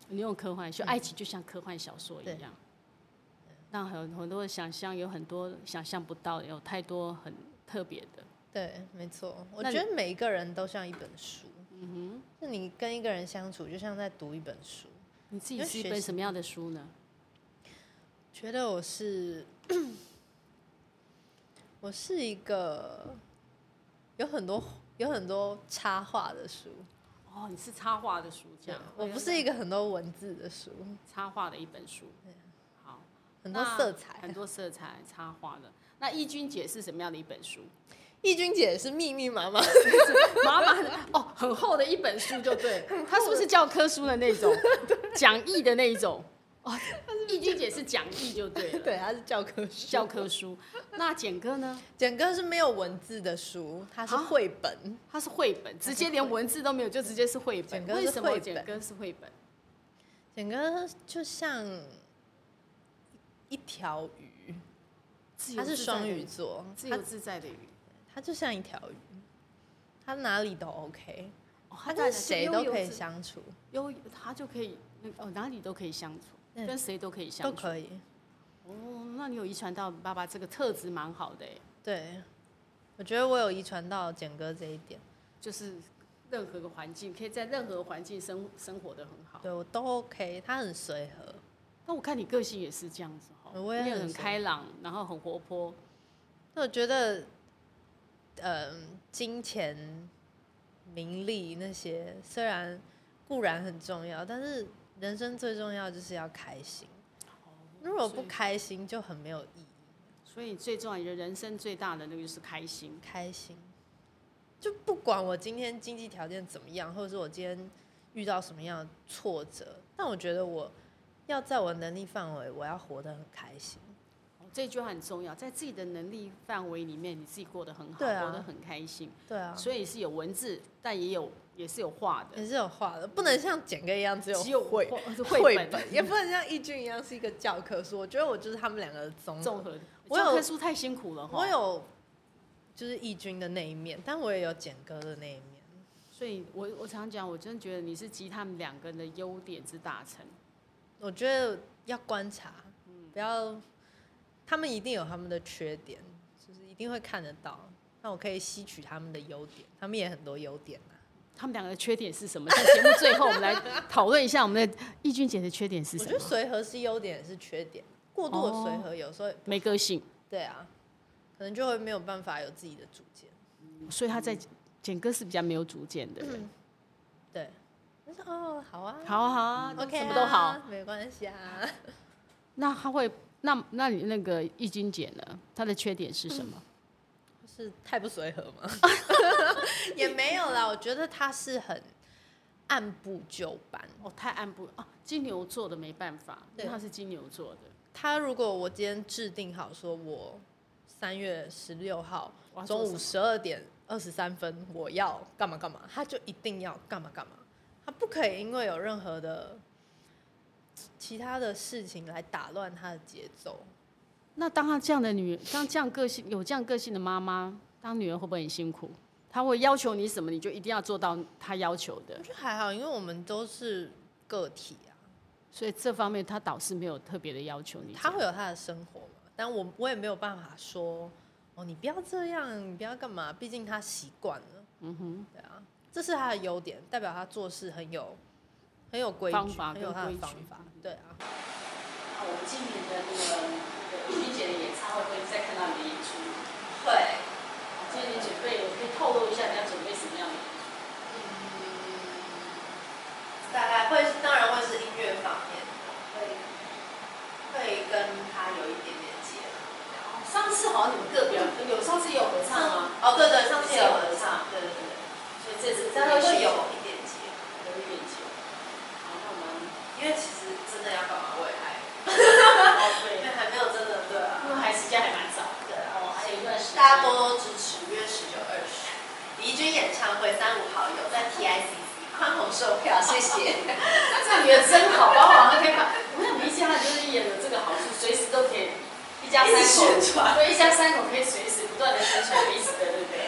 Speaker 2: 你用科幻，就爱情就像科幻小说一
Speaker 1: 嗯对
Speaker 2: 样，让很很多的想象，有很多想象不到，有太多很特别的。
Speaker 1: 对，没错，我
Speaker 2: 那
Speaker 1: 觉
Speaker 2: 你
Speaker 1: 得每一个人都像一本书，
Speaker 2: 嗯
Speaker 1: 就你跟一个人相处，就像在读一本书。
Speaker 2: 哼，你自己
Speaker 1: 因为
Speaker 2: 是一
Speaker 1: 学
Speaker 2: 本
Speaker 1: 习
Speaker 2: 什么样的书呢？
Speaker 1: 觉得我是， 我是一个有很多有很多插画的书，
Speaker 2: 哦，你是插画的书这
Speaker 1: 对
Speaker 2: 样，
Speaker 1: 我不是一个很多文字的书，
Speaker 2: 插画的一本书。好，
Speaker 1: 很多
Speaker 2: 那
Speaker 1: 色彩。
Speaker 2: 啊很多色彩插画的。那易君姐是什么样的一本书？
Speaker 1: 易君姐是密密麻麻，
Speaker 2: 麻麻的哦，很厚的一本书就 对了，它是不是教科书的那种，讲义的那一种？哦，易君姐是讲义就对了，
Speaker 1: 对，她是教科书。
Speaker 2: 教科书。那简哥呢？
Speaker 1: 简哥是没有文字的书，他
Speaker 2: 啊
Speaker 1: 是绘本。
Speaker 2: 他是绘本，直接连文字都没有，就直接是绘本。
Speaker 1: 简哥是
Speaker 2: 为什么
Speaker 1: 绘本
Speaker 2: 简哥是绘本？
Speaker 1: 简哥就像一条鱼，
Speaker 2: 自由
Speaker 1: 他是
Speaker 2: 自在的
Speaker 1: 双鱼，座，
Speaker 2: 自
Speaker 1: 他
Speaker 2: 由自在的鱼。
Speaker 1: 他就像一条鱼，他哪里都 OK，
Speaker 2: 哦
Speaker 1: 他
Speaker 2: 带
Speaker 1: 跟
Speaker 2: 着
Speaker 1: 谁都可
Speaker 2: 悠游
Speaker 1: 以
Speaker 2: 自
Speaker 1: 相处，
Speaker 2: 悠，他就可以那个哦，哪里都可以相处，
Speaker 1: 嗯
Speaker 2: 跟谁都可以相
Speaker 1: 都
Speaker 2: 处。
Speaker 1: 可以。
Speaker 2: 哦，那你有遗传到爸爸这个特质蛮好的哎，
Speaker 1: 对，我觉得我有遗传到简哥这一点，
Speaker 2: 就是任何个环境可以在任何环境生生活的很好。
Speaker 1: 对我都 OK，他很随和，
Speaker 2: 那我看你个性也是这样子哈，
Speaker 1: 我也
Speaker 2: 你
Speaker 1: 很
Speaker 2: 很
Speaker 1: 随
Speaker 2: 开朗，然后很活泼，
Speaker 1: 那我觉得，嗯，金钱、名利那些虽然固然很重要，但是人生最重要就是要开心。如果不
Speaker 2: 哦所以
Speaker 1: 开心，就很没有意义。
Speaker 2: 所以最重要，你的人生最大的那个就是开心。
Speaker 1: 开心，就不管我今天经济条件怎么样，或者是我今天遇到什么样的挫折，但我觉得我要在我能力范围，我要活得很开心。
Speaker 2: 哦这句话很重要，在自己的能力范围里面，你自己过得很好，
Speaker 1: 对啊
Speaker 2: 活得很开心，
Speaker 1: 对啊，嗯
Speaker 2: 所以是有文字，但也有也是有画的，
Speaker 1: 也是有画的，不能像简哥一样只有
Speaker 2: 只有
Speaker 1: 绘
Speaker 2: 画 是
Speaker 1: 绘
Speaker 2: 绘
Speaker 1: 本，也不能像易俊一样是一个教科书。我觉得我就是他们两个的综
Speaker 2: 综
Speaker 1: 合。
Speaker 2: 合。
Speaker 1: 嗯我
Speaker 2: 教
Speaker 1: 有
Speaker 2: 科书太辛苦了哈，
Speaker 1: 我，有就是易俊的那一面，但我也有简哥的那一面。
Speaker 2: 所以我我常讲，我真的觉得你是集他们两个人的优点之大成。
Speaker 1: 我觉得要观察，不要，他们一定有他们的缺点，就是一定会看得到。那我可以吸取他们的优点，他们也很多优点啊。
Speaker 2: 他们两个的缺点是什么？在节目最后，我 们来讨论一下我们的易君姐的缺点是
Speaker 1: 我
Speaker 2: 什
Speaker 1: 觉
Speaker 2: 么
Speaker 1: 得？随和是优点，也是缺点。过度的随和有时候、
Speaker 2: 没个性，
Speaker 1: 对啊，可能就会没有办法有自己的主见。
Speaker 2: 所以他在简哥是比较没有主见的人。
Speaker 1: 对，我说哦，好啊
Speaker 2: 好啊好啊
Speaker 1: ，OK，、啊、
Speaker 2: 什么都好。，
Speaker 1: 没关系啊。
Speaker 2: 那他会，那那你那个易君姐呢？她的缺点是什么？
Speaker 1: 是太不随和吗？ 也没有啦，我觉得他是很按部就班。
Speaker 2: 哦，太按部啊，金牛座的没办法，因
Speaker 1: 对
Speaker 2: 为他是金牛座的，
Speaker 1: 他如果我今天制定好，说我三月十六号
Speaker 2: 我要做
Speaker 1: 中午十二点二十三分我要干嘛干嘛，他就一定要干嘛干嘛，他不可以因为有任何的其他的事情来打乱他的节奏。
Speaker 2: 那当她这样的女，当这样个性有这样个性的妈妈，当女儿会不会很辛苦？她会要求你什么，你就一定要做到她要求的
Speaker 1: 我，觉得还好，因为我们都是个体啊，
Speaker 2: 所以这方面她导师没有特别的要求你这
Speaker 1: 他
Speaker 2: 样。
Speaker 1: 会有他的生活嘛，但我我也没有办法说哦，你不要这样，你不要干嘛，毕竟他习惯了。
Speaker 2: 嗯哼，
Speaker 1: 对啊，这是他的优点，代表他做事很有很有规矩，
Speaker 2: 方法
Speaker 1: 很有
Speaker 2: 跟
Speaker 1: 他的
Speaker 2: 规
Speaker 1: 方
Speaker 2: 矩
Speaker 1: 法。对啊，
Speaker 2: 啊我们今年的那个易君姐的演唱会会再看到你的演出吗？
Speaker 1: 会，
Speaker 2: 所以你准备，我可以透露一下你要准备什么样的演出？
Speaker 1: 大概会，当然会是音乐方面，会会跟他有一点点结合。
Speaker 2: 上次好像你们个表有，上次有合唱吗？
Speaker 1: 哦，对对，上
Speaker 2: 上次
Speaker 1: 次
Speaker 2: 有
Speaker 1: 有
Speaker 2: 合
Speaker 1: 合
Speaker 2: 唱
Speaker 1: 唱，对对对，
Speaker 2: 所以这嗯次
Speaker 1: 但
Speaker 2: 会
Speaker 1: 会有一点结合，
Speaker 2: 有一点久。好，那我们
Speaker 1: 因为其实真的要干嘛，我也还
Speaker 2: 报
Speaker 1: 因为
Speaker 2: 备，
Speaker 1: 还没有真的对
Speaker 2: 因
Speaker 1: 啊，
Speaker 2: 为嗯还时间还蛮早。
Speaker 1: 对啊。
Speaker 2: 哦，还有一段时间。
Speaker 1: 大家多多支持，五月十九、二十，李军演唱会三五好友在 TICC 宽宏售票，谢谢。
Speaker 2: 这样觉得真好，包好像可以把。我想理解他就是演了这个好处，所一家
Speaker 3: 一直
Speaker 2: 三口，
Speaker 3: 宣传
Speaker 2: 所以一家三口可以随时不断的宣传彼此的那个，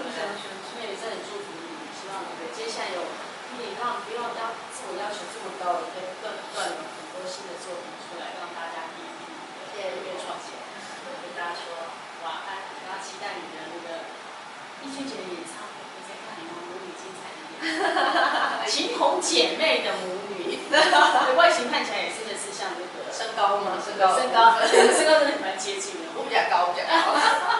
Speaker 3: 互相宣传。
Speaker 2: 那也是很祝福你，希望那个接下来有你让不要要自我要求这么高，可以不断不断有很多新的作品出来，让大家可以越来越创新。我跟大家说晚安，然后期待你的那个易俊杰的演唱会，我在看你们母女精彩的演唱会， 情同姐妹的母 女，外形看起来也真的是像那个。
Speaker 3: 身高吗？身
Speaker 2: 身
Speaker 3: 高，
Speaker 2: 高，身高真的蛮接近的。
Speaker 3: 我比较高，我比较高。